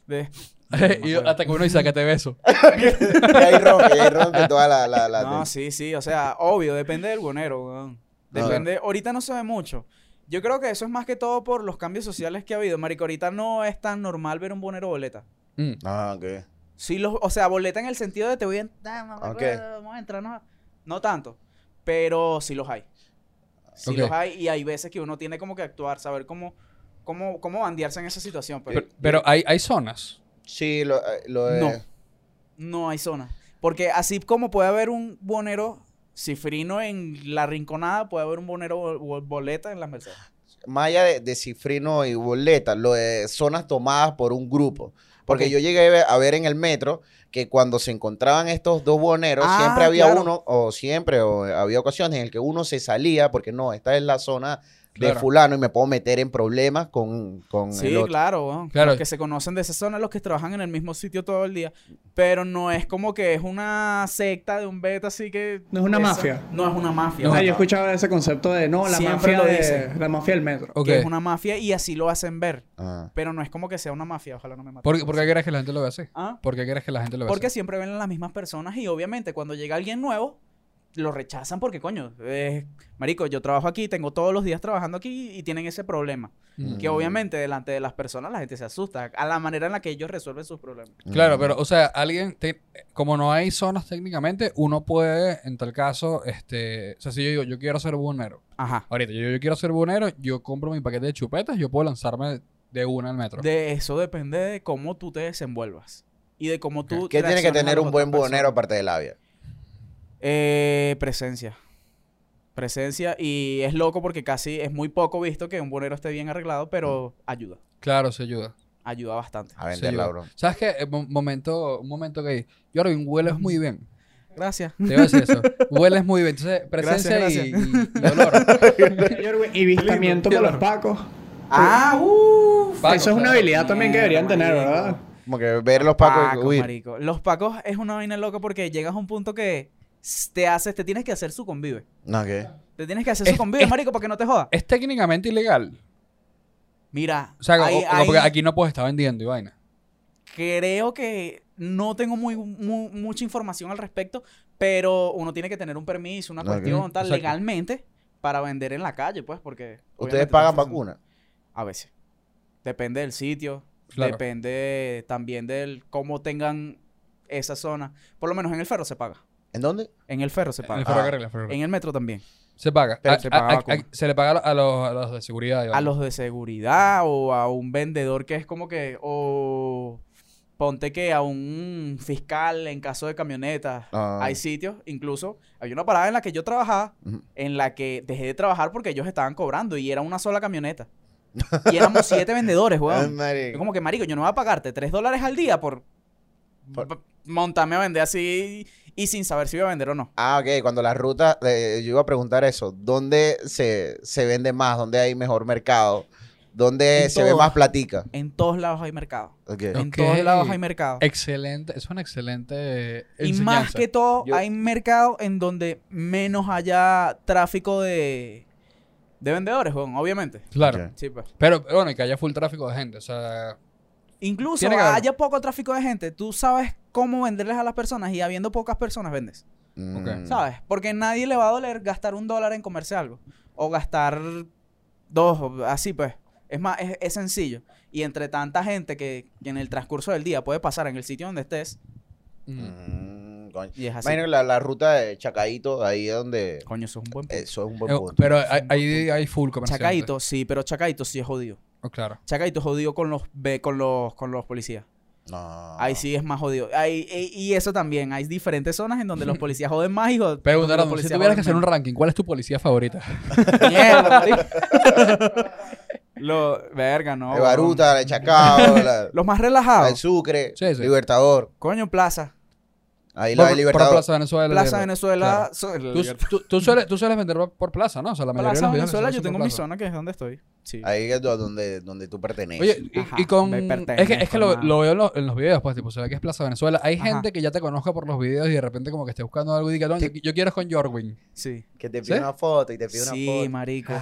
Speaker 1: De-
Speaker 2: y hasta que uno dice, que te beso.
Speaker 4: y ahí rompe, y ahí rompe toda la. la, la
Speaker 1: No, sí, sí, o sea, obvio, depende del buonero, weón. Depende, ahorita no se ve mucho. Yo creo que eso es más que todo por los cambios sociales que ha habido. Marico, ahorita no es tan normal ver un bonero boleta.
Speaker 2: Mm.
Speaker 4: Ah, ok.
Speaker 1: Sí, los, o sea, boleta en el sentido de te voy a entrar, mamá,
Speaker 4: Ok.
Speaker 1: pues, vamos a entrar, no, no tanto. Pero sí los hay. Sí
Speaker 2: Ok.
Speaker 1: los hay y hay veces que uno tiene como que actuar, saber cómo, cómo, cómo bandearse en esa situación. pues. Pero
Speaker 2: Pero, pero hay, hay zonas.
Speaker 4: Sí, lo, eh, lo
Speaker 1: No.
Speaker 4: eh,
Speaker 1: no hay zona. Porque así como puede haber un bonero cifrino en la rinconada, puede haber un bonero bo- bo- boleta en las Mercedes.
Speaker 4: Maya de, de Cifrino y Boleta, lo de zonas tomadas por un grupo. Porque
Speaker 1: Ok.
Speaker 4: yo llegué a ver- a ver en el metro que cuando se encontraban estos dos buhoneros,
Speaker 1: Ah,
Speaker 4: siempre había
Speaker 1: claro.
Speaker 4: uno, o siempre, o había ocasiones en el que uno se salía, porque no, esta es la zona
Speaker 2: Claro.
Speaker 4: de fulano y me puedo meter en problemas con, con
Speaker 1: Sí,
Speaker 4: el otro.
Speaker 1: claro, weón.
Speaker 2: Claro.
Speaker 1: Los que se conocen de esa zona, los que trabajan en el mismo sitio todo el día. Pero no es como que es una secta de un beta, así que.
Speaker 3: No es una
Speaker 1: esa-
Speaker 3: mafia.
Speaker 1: No es una mafia.
Speaker 3: Ah,
Speaker 1: weón.
Speaker 3: yo he escuchado ese concepto de no, la
Speaker 1: Siempre
Speaker 3: mafia
Speaker 1: lo
Speaker 3: de-
Speaker 1: dicen.
Speaker 3: la mafia del metro.
Speaker 2: Ok.
Speaker 1: Que es una mafia y así lo hacen ver.
Speaker 4: Ah.
Speaker 1: Pero no es como que sea una mafia, ojalá no me maten.
Speaker 2: ¿Por, qué- por qué crees que la gente lo ve así?
Speaker 1: ¿Ah?
Speaker 2: ¿Por qué crees que la gente lo ve
Speaker 1: Porque
Speaker 2: así?
Speaker 1: siempre ven a las mismas personas y obviamente cuando llega alguien nuevo, lo rechazan porque, coño, eh, marico, yo trabajo aquí, tengo todos los días trabajando aquí y tienen ese problema.
Speaker 2: Mm.
Speaker 1: Que
Speaker 4: Mm.
Speaker 1: obviamente delante de las personas la gente se asusta a la manera en la que ellos resuelven sus problemas.
Speaker 2: Claro,
Speaker 4: Mm.
Speaker 2: pero, o sea, alguien, te- como no hay zonas técnicamente, uno puede, en tal caso, este, o sea, si yo digo, yo quiero ser buhonero,
Speaker 1: Ajá.
Speaker 2: ahorita yo, yo quiero ser buhonero, yo compro mi paquete de chupetas, yo puedo lanzarme de una al metro.
Speaker 1: De eso depende de cómo tú te desenvuelvas y de cómo tú.
Speaker 4: ¿Qué tiene que
Speaker 1: reaccionas a
Speaker 4: tener
Speaker 1: las
Speaker 4: un buen
Speaker 1: otras
Speaker 4: buhonero
Speaker 1: personas.
Speaker 4: aparte de labia?
Speaker 1: Eh, presencia. Presencia y es loco porque casi es muy poco visto que un buhonero esté bien arreglado, pero ayuda.
Speaker 2: Claro, se ayuda.
Speaker 1: Ayuda bastante.
Speaker 4: A
Speaker 2: se
Speaker 4: venderla,
Speaker 2: ayuda.
Speaker 4: bro.
Speaker 2: ¿Sabes qué? Eh, mo- momento, un momento que yo Jorvin, hueles muy bien.
Speaker 1: Gracias.
Speaker 2: Te iba a decir eso. hueles muy bien. Entonces, presencia
Speaker 1: Gracias,
Speaker 2: y- Y, y olor.
Speaker 3: Y vistamiento
Speaker 1: Lindo.
Speaker 3: para los pacos.
Speaker 1: Ah, uff.
Speaker 2: Pacos,
Speaker 3: Eso es una
Speaker 2: claro.
Speaker 3: habilidad también que deberían
Speaker 1: Mierda,
Speaker 3: tener,
Speaker 1: marico.
Speaker 3: ¿verdad?
Speaker 4: Como que ver los pacos y huir.
Speaker 1: marico. Los pacos es una vaina loca porque llegas a un punto que s- te haces, te tienes que hacer su convive.
Speaker 4: No, ¿qué?
Speaker 1: Te tienes que hacer
Speaker 2: Es-
Speaker 1: su convive,
Speaker 2: es-
Speaker 1: marico, para que no te joda.
Speaker 2: Es técnicamente ilegal.
Speaker 1: Mira,
Speaker 2: O sea, o-
Speaker 1: ahí-
Speaker 2: o- porque
Speaker 1: ahí-
Speaker 2: aquí no puedes estar vendiendo y vaina.
Speaker 1: Creo que no tengo muy, mu- mucha información al respecto, pero uno tiene que tener un permiso, una
Speaker 4: Ok.
Speaker 1: cuestión tal
Speaker 2: Exacto.
Speaker 1: legalmente para vender en la calle, pues, porque...
Speaker 4: ¿Ustedes
Speaker 1: obviamente
Speaker 4: pagan
Speaker 1: estás haciendo-
Speaker 4: vacuna?
Speaker 1: A veces. Depende del sitio,
Speaker 2: Claro.
Speaker 1: depende también del cómo tengan esa zona. Por lo menos en el ferro se paga.
Speaker 4: ¿En dónde?
Speaker 1: En el ferro se
Speaker 2: En el
Speaker 1: paga.
Speaker 2: ferrocarril, en el ferrocarril.
Speaker 1: En el metro también.
Speaker 2: Se paga. Ah,
Speaker 1: Pero
Speaker 2: A-
Speaker 1: se
Speaker 2: a-
Speaker 1: paga
Speaker 2: a-
Speaker 1: vacuna.
Speaker 2: a- se le paga a los, a los de seguridad. y
Speaker 1: A
Speaker 2: vaina.
Speaker 1: los de seguridad o a un vendedor que es como que... O ponte que a un fiscal en caso de camionetas.
Speaker 4: Ah.
Speaker 1: Hay sitios, incluso, había una parada en la que yo trabajaba,
Speaker 4: Ujú.
Speaker 1: en la que dejé de trabajar porque ellos estaban cobrando y era una sola camioneta. Y éramos siete vendedores,
Speaker 4: Ay,
Speaker 1: weón.
Speaker 4: marico.
Speaker 1: Yo como que, marico, yo no voy a pagarte tres dólares al día por,
Speaker 4: Por-
Speaker 1: p- montarme a vender así y sin saber si iba a vender o no.
Speaker 4: Ah, ok, cuando las rutas, eh, yo iba a preguntar eso, ¿dónde se, se vende más? ¿Dónde hay mejor mercado? ¿Dónde
Speaker 1: En
Speaker 4: se ve
Speaker 1: todo.
Speaker 4: más platica?
Speaker 1: En todos lados hay mercado.
Speaker 4: Ok.
Speaker 1: En
Speaker 2: Ok.
Speaker 1: todos lados hay mercado.
Speaker 2: Excelente, es una excelente
Speaker 1: Y
Speaker 2: enseñanza.
Speaker 1: más que todo,
Speaker 4: Yo-
Speaker 1: hay mercado en donde menos haya tráfico de, de vendedores, weón, obviamente.
Speaker 2: Claro.
Speaker 4: Ok.
Speaker 1: Sí, pues.
Speaker 2: Pero, pero bueno, y que haya full tráfico de gente, o sea...
Speaker 1: Incluso
Speaker 2: Tiene que haber.
Speaker 1: haya poco tráfico de gente, tú sabes cómo venderles a las personas y habiendo pocas personas vendes.
Speaker 4: Mm.
Speaker 2: Ok.
Speaker 1: ¿Sabes? Porque nadie le va a doler gastar un dólar en comerse algo. O gastar dos, o así pues. Es más, es, es sencillo. Y entre tanta gente que, que en el transcurso del día puede pasar en el sitio donde estés,
Speaker 2: mm.
Speaker 4: Mm, coño.
Speaker 1: y es así.
Speaker 4: Imagino la, la ruta de Chacaito, ahí es donde...
Speaker 1: Coño, eso es un buen punto.
Speaker 4: Eso es un buen
Speaker 2: Eh,
Speaker 4: punto.
Speaker 2: Pero hay- hay, hay full comerciante.
Speaker 1: Chacaito, sí, pero Chacaito sí es jodido.
Speaker 2: Oh, claro.
Speaker 1: Chacaito es jodido con los, ve- con los, con los policías.
Speaker 4: No.
Speaker 1: Ahí sí es más jodido. Ahí- y- y eso también. Hay diferentes zonas en donde los policías joden más y joden.
Speaker 2: Preguntaron, si tuvieras que hacer un ranking, ¿cuál es tu policía favorita?
Speaker 1: Mierda, marico. Lo, verga, no.
Speaker 4: de
Speaker 1: weón.
Speaker 4: Baruta, de Chacao, la,
Speaker 1: Los más
Speaker 4: la de
Speaker 1: relajados.
Speaker 4: Sucre,
Speaker 2: Sí, sí.
Speaker 4: Libertador.
Speaker 1: Coño, Plaza. Eh,
Speaker 4: Ahí la
Speaker 2: Por-
Speaker 4: de
Speaker 2: por
Speaker 4: Libertador.
Speaker 2: Plaza Venezuela.
Speaker 1: Plaza
Speaker 2: Libertador.
Speaker 1: Venezuela.
Speaker 2: Claro.
Speaker 1: so-
Speaker 2: Tú, tú- tú sueles, tú sueles vender por- por plaza, ¿no? O sea, la mayoría de
Speaker 1: Plaza
Speaker 2: los videos
Speaker 1: Venezuela,
Speaker 2: son
Speaker 1: yo
Speaker 2: por
Speaker 1: tengo mi
Speaker 2: plaza.
Speaker 1: zona que es donde estoy. Sí.
Speaker 4: Ahí es do- donde, donde tú perteneces.
Speaker 2: Oye, y-
Speaker 1: Ajá,
Speaker 2: y, con...
Speaker 1: me
Speaker 2: Es que,
Speaker 1: pertenezco,
Speaker 2: es que lo,
Speaker 1: hermano.
Speaker 2: lo veo en los, en los videos, pues, tipo, se ve que es Plaza Venezuela. Hay
Speaker 1: Ajá.
Speaker 2: gente que ya te conozca por los videos y de repente como que esté buscando algo y diga, no, yo, yo quiero es con Jorwin.
Speaker 1: Sí.
Speaker 4: que te pide
Speaker 2: ¿Sí?
Speaker 4: una foto y te pide una
Speaker 1: Sí,
Speaker 4: foto. Ah.
Speaker 1: marico.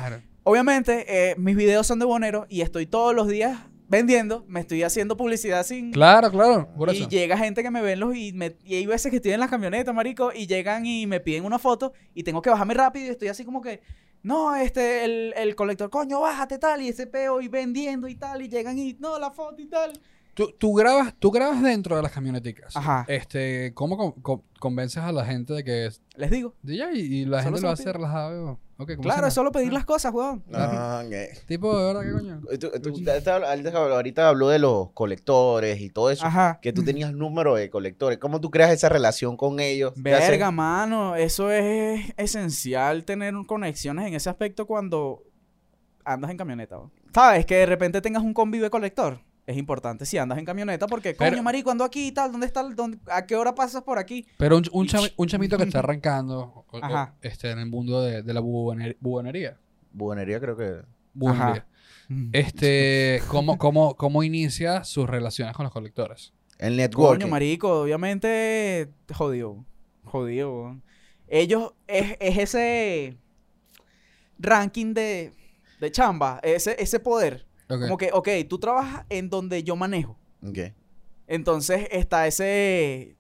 Speaker 1: Obviamente, eh, mis videos son de bonero y estoy todos los días vendiendo. Me estoy haciendo publicidad sin.
Speaker 2: Claro, claro, por
Speaker 1: y
Speaker 2: eso.
Speaker 1: llega gente que me ven los y, me- y hay veces que estoy en las camionetas, marico, y llegan y me piden una foto y tengo que bajarme rápido y estoy así como que, no, este, el, el colector, coño, bájate tal, y ese peo, y vendiendo y tal, y llegan y, no, la foto y tal.
Speaker 2: Tú, tú grabas, tú grabas dentro de las camioneticas.
Speaker 1: Ajá.
Speaker 2: Este, ¿cómo con- con- convences a la gente de que es
Speaker 1: Les digo,
Speaker 2: DJ y, y la
Speaker 1: Solo
Speaker 2: gente
Speaker 1: se
Speaker 2: lo
Speaker 1: lo
Speaker 2: hace
Speaker 1: pide.
Speaker 2: relajado? Ok, ¿cómo Ah. se
Speaker 1: claro,
Speaker 2: llama? Ah,
Speaker 1: es solo pedir las cosas, weón.
Speaker 4: No, ñe.
Speaker 2: Tipo, de verdad, ¿qué coño?
Speaker 4: Tú- eh, tú- ahorita habl- ahorita habló- ahorita habló de los colectores y todo eso.
Speaker 1: Ajá.
Speaker 4: Que tú tenías número de colectores. ¿Cómo tú creas esa relación con ellos? ¿Te hacen-
Speaker 1: Verga, mano, eso es esencial tener un- conexiones en ese aspecto cuando andas en camioneta. ¿no? ¿Sabes? Que de repente tengas un convive colector. Es importante si andas en camioneta porque,
Speaker 2: Pero-
Speaker 1: coño, marico, ando aquí y tal, ¿dónde está? el- dónde- ¿A qué hora pasas por aquí?
Speaker 2: Pero un, un, chami- un chamito que está arrancando o- o-
Speaker 1: Ajá.
Speaker 2: este, en el mundo de, de la buboner- bubonería.
Speaker 4: Buonería creo que...
Speaker 2: Bubonería. Este, ¿cómo, cómo, ¿Cómo inicia sus relaciones con los colectores?
Speaker 4: El
Speaker 1: Coño,
Speaker 4: networking.
Speaker 1: marico, obviamente, jodido. Jodido, weón. Ellos, es, es ese ranking de, de chamba, ese, ese poder.
Speaker 2: Ok.
Speaker 1: Como que, ok, tú trabajas en donde yo manejo.
Speaker 4: Ok.
Speaker 1: Entonces está ese.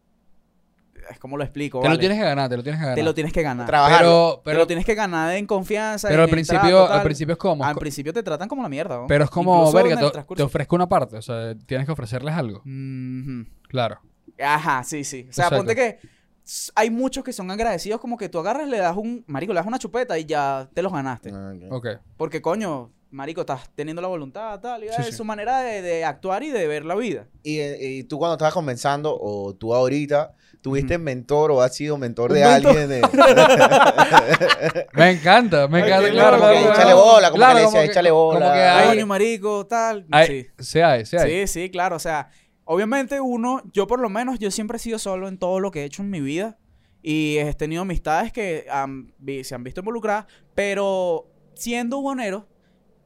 Speaker 1: es ¿Cómo lo explico?
Speaker 2: Te lo
Speaker 1: vale?
Speaker 2: tienes que ganar, te lo tienes que ganar.
Speaker 1: Te lo tienes que ganar.
Speaker 4: Trabajarlo.
Speaker 2: pero,
Speaker 1: Te lo
Speaker 2: pero,
Speaker 1: tienes que ganar en confianza.
Speaker 2: pero
Speaker 1: en
Speaker 2: al
Speaker 1: el
Speaker 2: principio,
Speaker 1: trato,
Speaker 2: al
Speaker 1: tal.
Speaker 2: principio es como.
Speaker 1: Al
Speaker 2: co-
Speaker 1: principio te tratan como la mierda. ¿no?
Speaker 2: pero es como,
Speaker 1: Incluso
Speaker 2: verga,
Speaker 1: en el
Speaker 2: te, te
Speaker 1: transcurso.
Speaker 2: ofrezco una parte, o sea, tienes que ofrecerles algo.
Speaker 1: Mhm.
Speaker 2: Claro.
Speaker 1: Ajá, sí, sí. O sea,
Speaker 2: Exacto.
Speaker 1: ponte que s- hay muchos que son agradecidos, como que tú agarras, le das un. Marico, le das una chupeta y ya te los ganaste.
Speaker 4: Ok.
Speaker 2: Ok.
Speaker 1: Porque, coño, Marico, estás teniendo la voluntad, tal. Y
Speaker 2: Sí,
Speaker 1: es
Speaker 2: sí.
Speaker 1: su manera de, de actuar y de ver la vida.
Speaker 4: Y, eh, y tú cuando estabas comenzando, o tú ahorita, ¿tuviste mentor o has sido mentor
Speaker 1: Un
Speaker 4: de
Speaker 1: mentor.
Speaker 4: alguien? de-
Speaker 2: Me encanta, me
Speaker 4: Ay,
Speaker 2: encanta.
Speaker 4: qué
Speaker 2: Claro,
Speaker 4: loco,
Speaker 2: claro,
Speaker 4: que
Speaker 2: claro.
Speaker 4: échale bola, como que le decía,
Speaker 2: como
Speaker 4: échale bola.
Speaker 2: Como que
Speaker 4: Ay.
Speaker 1: Coño,
Speaker 2: hay,
Speaker 1: Marico, tal.
Speaker 2: hay-
Speaker 1: sí.
Speaker 2: se hay, se hay.
Speaker 1: Sí, sí, claro. O sea, obviamente uno, yo por lo menos, yo siempre he sido solo en todo lo que he hecho en mi vida. Y he tenido amistades que han vi- se han visto involucradas. Pero siendo buhonero,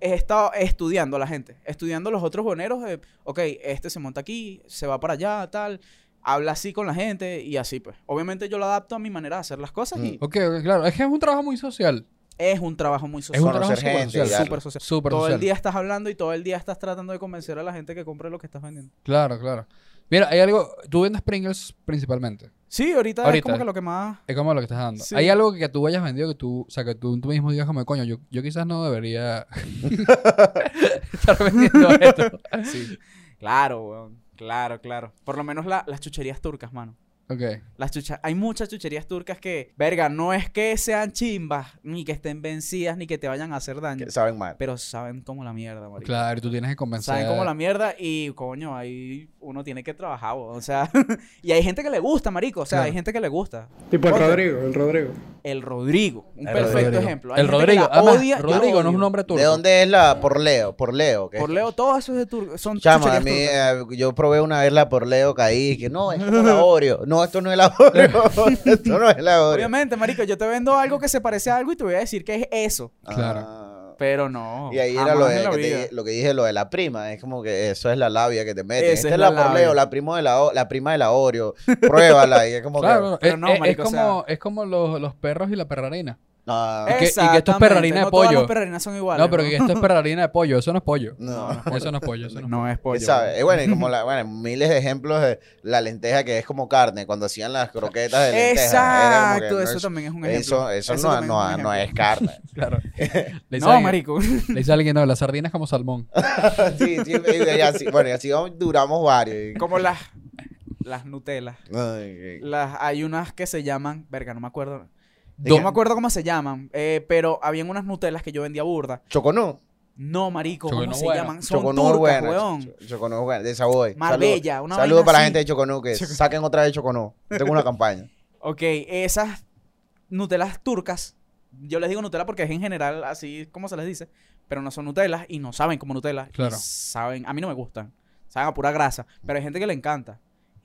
Speaker 1: he estado estudiando a la gente. Estudiando a los otros buhoneros. eh, ok, este se monta aquí, se va para allá, tal. Habla así con la gente y así pues. Obviamente yo lo adapto a mi manera de hacer las cosas y
Speaker 2: Ok, ok, claro. Es que es un trabajo muy social.
Speaker 1: es un trabajo muy social.
Speaker 2: Es un
Speaker 4: Conocer
Speaker 2: trabajo súper
Speaker 4: gente,
Speaker 2: social.
Speaker 4: ya.
Speaker 1: súper social.
Speaker 2: Súper
Speaker 1: Todo
Speaker 2: social.
Speaker 1: el día estás hablando y todo el día estás tratando de convencer a la gente que compre lo que estás vendiendo.
Speaker 2: Claro, claro. Mira, hay algo. Tú vendes Pringles principalmente.
Speaker 1: Sí, ahorita, es
Speaker 2: Ahorita.
Speaker 1: como que lo que más...
Speaker 2: Es como lo que estás dando.
Speaker 1: Sí.
Speaker 2: Hay algo que tú hayas vendido que tú, o sea, que tú, tú mismo digas como, coño, yo, yo quizás no debería estar vendiendo esto.
Speaker 1: Sí. Claro, weón. Claro, claro. Por lo menos la- las chucherías turcas, mano.
Speaker 2: Ok.
Speaker 1: Las chucha- Hay muchas chucherías turcas que, verga, no es que sean chimbas, ni que estén vencidas, ni que te vayan a hacer daño.
Speaker 4: que saben mal.
Speaker 1: Pero saben como la mierda, marico.
Speaker 2: Claro, y tú tienes que compensar.
Speaker 1: Saben como la mierda y, coño, ahí uno tiene que trabajar, weón. O sea, y hay gente que le gusta, marico. O sea,
Speaker 2: Claro.
Speaker 1: hay gente que le gusta.
Speaker 3: Tipo el
Speaker 1: Oye.
Speaker 3: Rodrigo, el Rodrigo.
Speaker 1: El Rodrigo, un
Speaker 4: El
Speaker 1: perfecto
Speaker 4: Rodrigo.
Speaker 1: ejemplo. Hay
Speaker 2: El
Speaker 1: gente que
Speaker 2: Rodrigo.
Speaker 1: la
Speaker 2: Además,
Speaker 1: odia, yo
Speaker 2: Rodrigo no es
Speaker 1: odio.
Speaker 2: un hombre turco.
Speaker 4: ¿De dónde es la por Leo? Por Leo. que-
Speaker 1: Por Leo, todo eso es de turco. Son
Speaker 4: Chama, a
Speaker 1: chucherías
Speaker 4: mí,
Speaker 1: turcas.
Speaker 4: eh, yo probé una vez la por Leo, caí, que no, es como la Oreo. No, esto no es la Oreo. esto no es la Oreo.
Speaker 1: Obviamente, marico, yo te vendo algo que se parece a algo y te voy a decir que es eso.
Speaker 4: Ah,
Speaker 2: Claro.
Speaker 1: Pero no.
Speaker 4: Y ahí era
Speaker 1: jamás
Speaker 4: lo,
Speaker 1: en
Speaker 4: de,
Speaker 1: la
Speaker 4: que te-
Speaker 1: vida.
Speaker 4: lo que dije, lo de la prima. Es como que eso es la labia que te meten.
Speaker 1: Esa
Speaker 4: Esta
Speaker 1: es
Speaker 4: es
Speaker 1: la
Speaker 4: la, por Leo,
Speaker 1: labia.
Speaker 4: la, primo de la, O- la prima de la Oreo. Pruébala. Y es como
Speaker 2: Claro,
Speaker 4: que.
Speaker 2: no,
Speaker 1: Pero
Speaker 2: es,
Speaker 1: no,
Speaker 2: es- es
Speaker 1: marico, o
Speaker 2: como, es como los, los perros y la perrarina.
Speaker 4: No,
Speaker 1: Eh,
Speaker 2: que- y que esto es
Speaker 1: Exactamente,
Speaker 2: perrarina de
Speaker 1: no todas
Speaker 2: pollo.
Speaker 1: las perrarinas son iguales.
Speaker 2: no, pero que esto es perrarina de pollo, eso no es pollo.
Speaker 4: no.
Speaker 2: Eso no es pollo, eso no es
Speaker 1: No es pollo.
Speaker 4: ¿Quién sabe? Eh, bueno, y como la, bueno, miles de ejemplos de la lenteja que es como carne, cuando hacían las croquetas de lenteja. era como que
Speaker 1: Exacto,
Speaker 4: no
Speaker 1: eso
Speaker 4: es-
Speaker 1: también es un
Speaker 4: Eso,
Speaker 1: ejemplo.
Speaker 4: eso, no,
Speaker 1: también
Speaker 4: no-
Speaker 1: un
Speaker 4: no es
Speaker 1: ejemplo.
Speaker 4: carne.
Speaker 2: Claro. Le dice
Speaker 1: No,
Speaker 2: alguien-
Speaker 1: marico.
Speaker 2: Le dice a alguien, no, la sardina es como salmón.
Speaker 4: sí, sí, y así, bueno, y así vamos- duramos varios.
Speaker 1: Como las las Nutelas.
Speaker 4: Ay,
Speaker 1: Las, hay unas que se llaman, verga, no me acuerdo.
Speaker 2: Do-
Speaker 1: No me acuerdo cómo se llaman, eh, pero habían unas Nutelas que yo vendía burda.
Speaker 4: Choconú.
Speaker 1: No, marico,
Speaker 2: Choconú
Speaker 1: ¿cómo se
Speaker 2: buena.
Speaker 1: llaman? Son
Speaker 4: Choconú es
Speaker 1: turcas,
Speaker 4: buena.
Speaker 1: weón.
Speaker 4: Ch- Choconú es buena. De esa voy.
Speaker 1: Marbella,
Speaker 4: Saludo,
Speaker 1: una
Speaker 4: Saludo
Speaker 1: vaina
Speaker 4: para la
Speaker 1: así.
Speaker 4: gente de Choconú que
Speaker 1: Choconú.
Speaker 4: saquen otra vez Choconú. Tengo una campaña.
Speaker 1: Ok, esas Nutelas turcas, yo les digo Nutella porque es en general así como se les dice, pero no son Nutelas y no saben como Nutella. y
Speaker 2: Claro.
Speaker 1: Saben, a mí no me gustan, saben a pura grasa, pero hay gente que le encanta.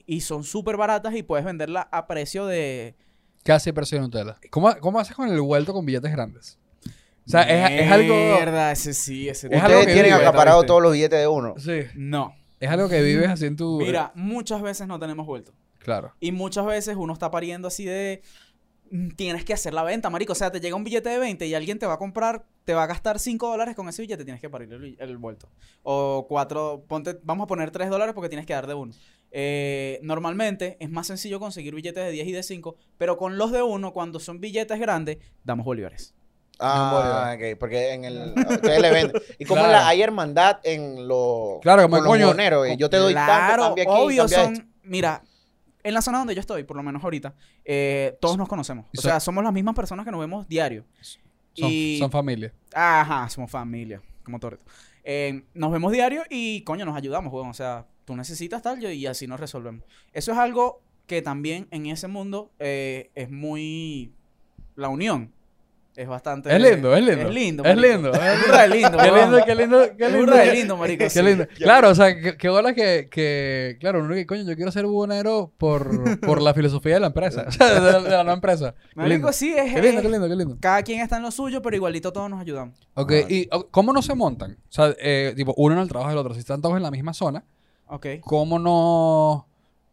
Speaker 1: Y son súper baratas y puedes venderla a precio de...
Speaker 2: Casi precio de Nutella. ¿Cómo, ¿Cómo haces con el vuelto con billetes grandes? O sea, es, es algo.
Speaker 1: Mierda, ese sí, ese...
Speaker 2: Es algo
Speaker 4: Ustedes
Speaker 2: que
Speaker 4: tienen
Speaker 2: vive,
Speaker 4: acaparado
Speaker 2: ¿viste?
Speaker 4: todos los billetes de uno.
Speaker 2: Sí.
Speaker 1: No.
Speaker 2: Es algo que vives así en tu.
Speaker 1: Mm.
Speaker 2: eh,
Speaker 1: Mira, muchas veces no tenemos vuelto.
Speaker 2: Claro.
Speaker 1: Y muchas veces uno está pariendo así de. mm, Tienes que hacer la venta, marico. O sea, te llega un billete de 20 y alguien te va a comprar, te va a gastar 5 dólares con ese billete, tienes que parir el, bi- el vuelto. O 4, ponte, vamos a poner 3 dólares porque tienes que dar de uno. Eh, normalmente es más sencillo conseguir billetes de 10 y de 5, pero con los de uno, cuando son billetes grandes, damos bolívares.
Speaker 4: Ah, ok. Porque en el. Ustedes le venden. Y como
Speaker 2: Claro.
Speaker 4: la, hay hermandad en los.
Speaker 2: Claro, como
Speaker 4: como los
Speaker 2: coño,
Speaker 4: buhoneros, eh,
Speaker 2: co-
Speaker 4: Yo te doy
Speaker 1: claro,
Speaker 4: tanto, cambia aquí,
Speaker 1: obvio,
Speaker 4: cambia
Speaker 1: son.
Speaker 4: esto.
Speaker 1: Mira, en la zona donde yo estoy, por lo menos ahorita, eh, todos nos conocemos.
Speaker 2: Y
Speaker 1: O
Speaker 2: son-
Speaker 1: sea, somos las mismas personas que nos vemos diario.
Speaker 2: Son,
Speaker 1: Y-
Speaker 2: son familia.
Speaker 1: Ajá, somos familia, como torto. Eh, nos vemos diario y, coño, nos ayudamos, weón. O sea, tú necesitas tal yo- y así nos resolvemos. Eso es algo que también en ese mundo eh, es muy... La unión es bastante...
Speaker 2: Es lindo, es lindo.
Speaker 1: Es lindo,
Speaker 2: Es
Speaker 1: marico.
Speaker 2: lindo.
Speaker 1: Es burda de lindo,
Speaker 2: Qué
Speaker 1: weón.
Speaker 2: lindo, qué lindo, qué
Speaker 1: Es
Speaker 2: lindo.
Speaker 1: burda de lindo, marico.
Speaker 2: Qué
Speaker 1: sí.
Speaker 2: lindo. Claro, o sea, qué qué bola que, que, claro, uno que coño, yo quiero ser buhonero por, por la filosofía de la empresa, o sea, de, la- de la nueva empresa. Qué lindo.
Speaker 1: Marico, sí, es...
Speaker 2: Qué lindo,
Speaker 1: es-
Speaker 2: qué lindo, qué lindo.
Speaker 1: Cada quien está en lo suyo, pero igualito todos nos ayudamos.
Speaker 2: Ok,
Speaker 4: Vale.
Speaker 2: ¿y o- cómo no se montan? O sea, eh, tipo, uno en el trabajo del otro. Si están todos en la misma zona,
Speaker 1: Ok.
Speaker 2: ¿cómo no...?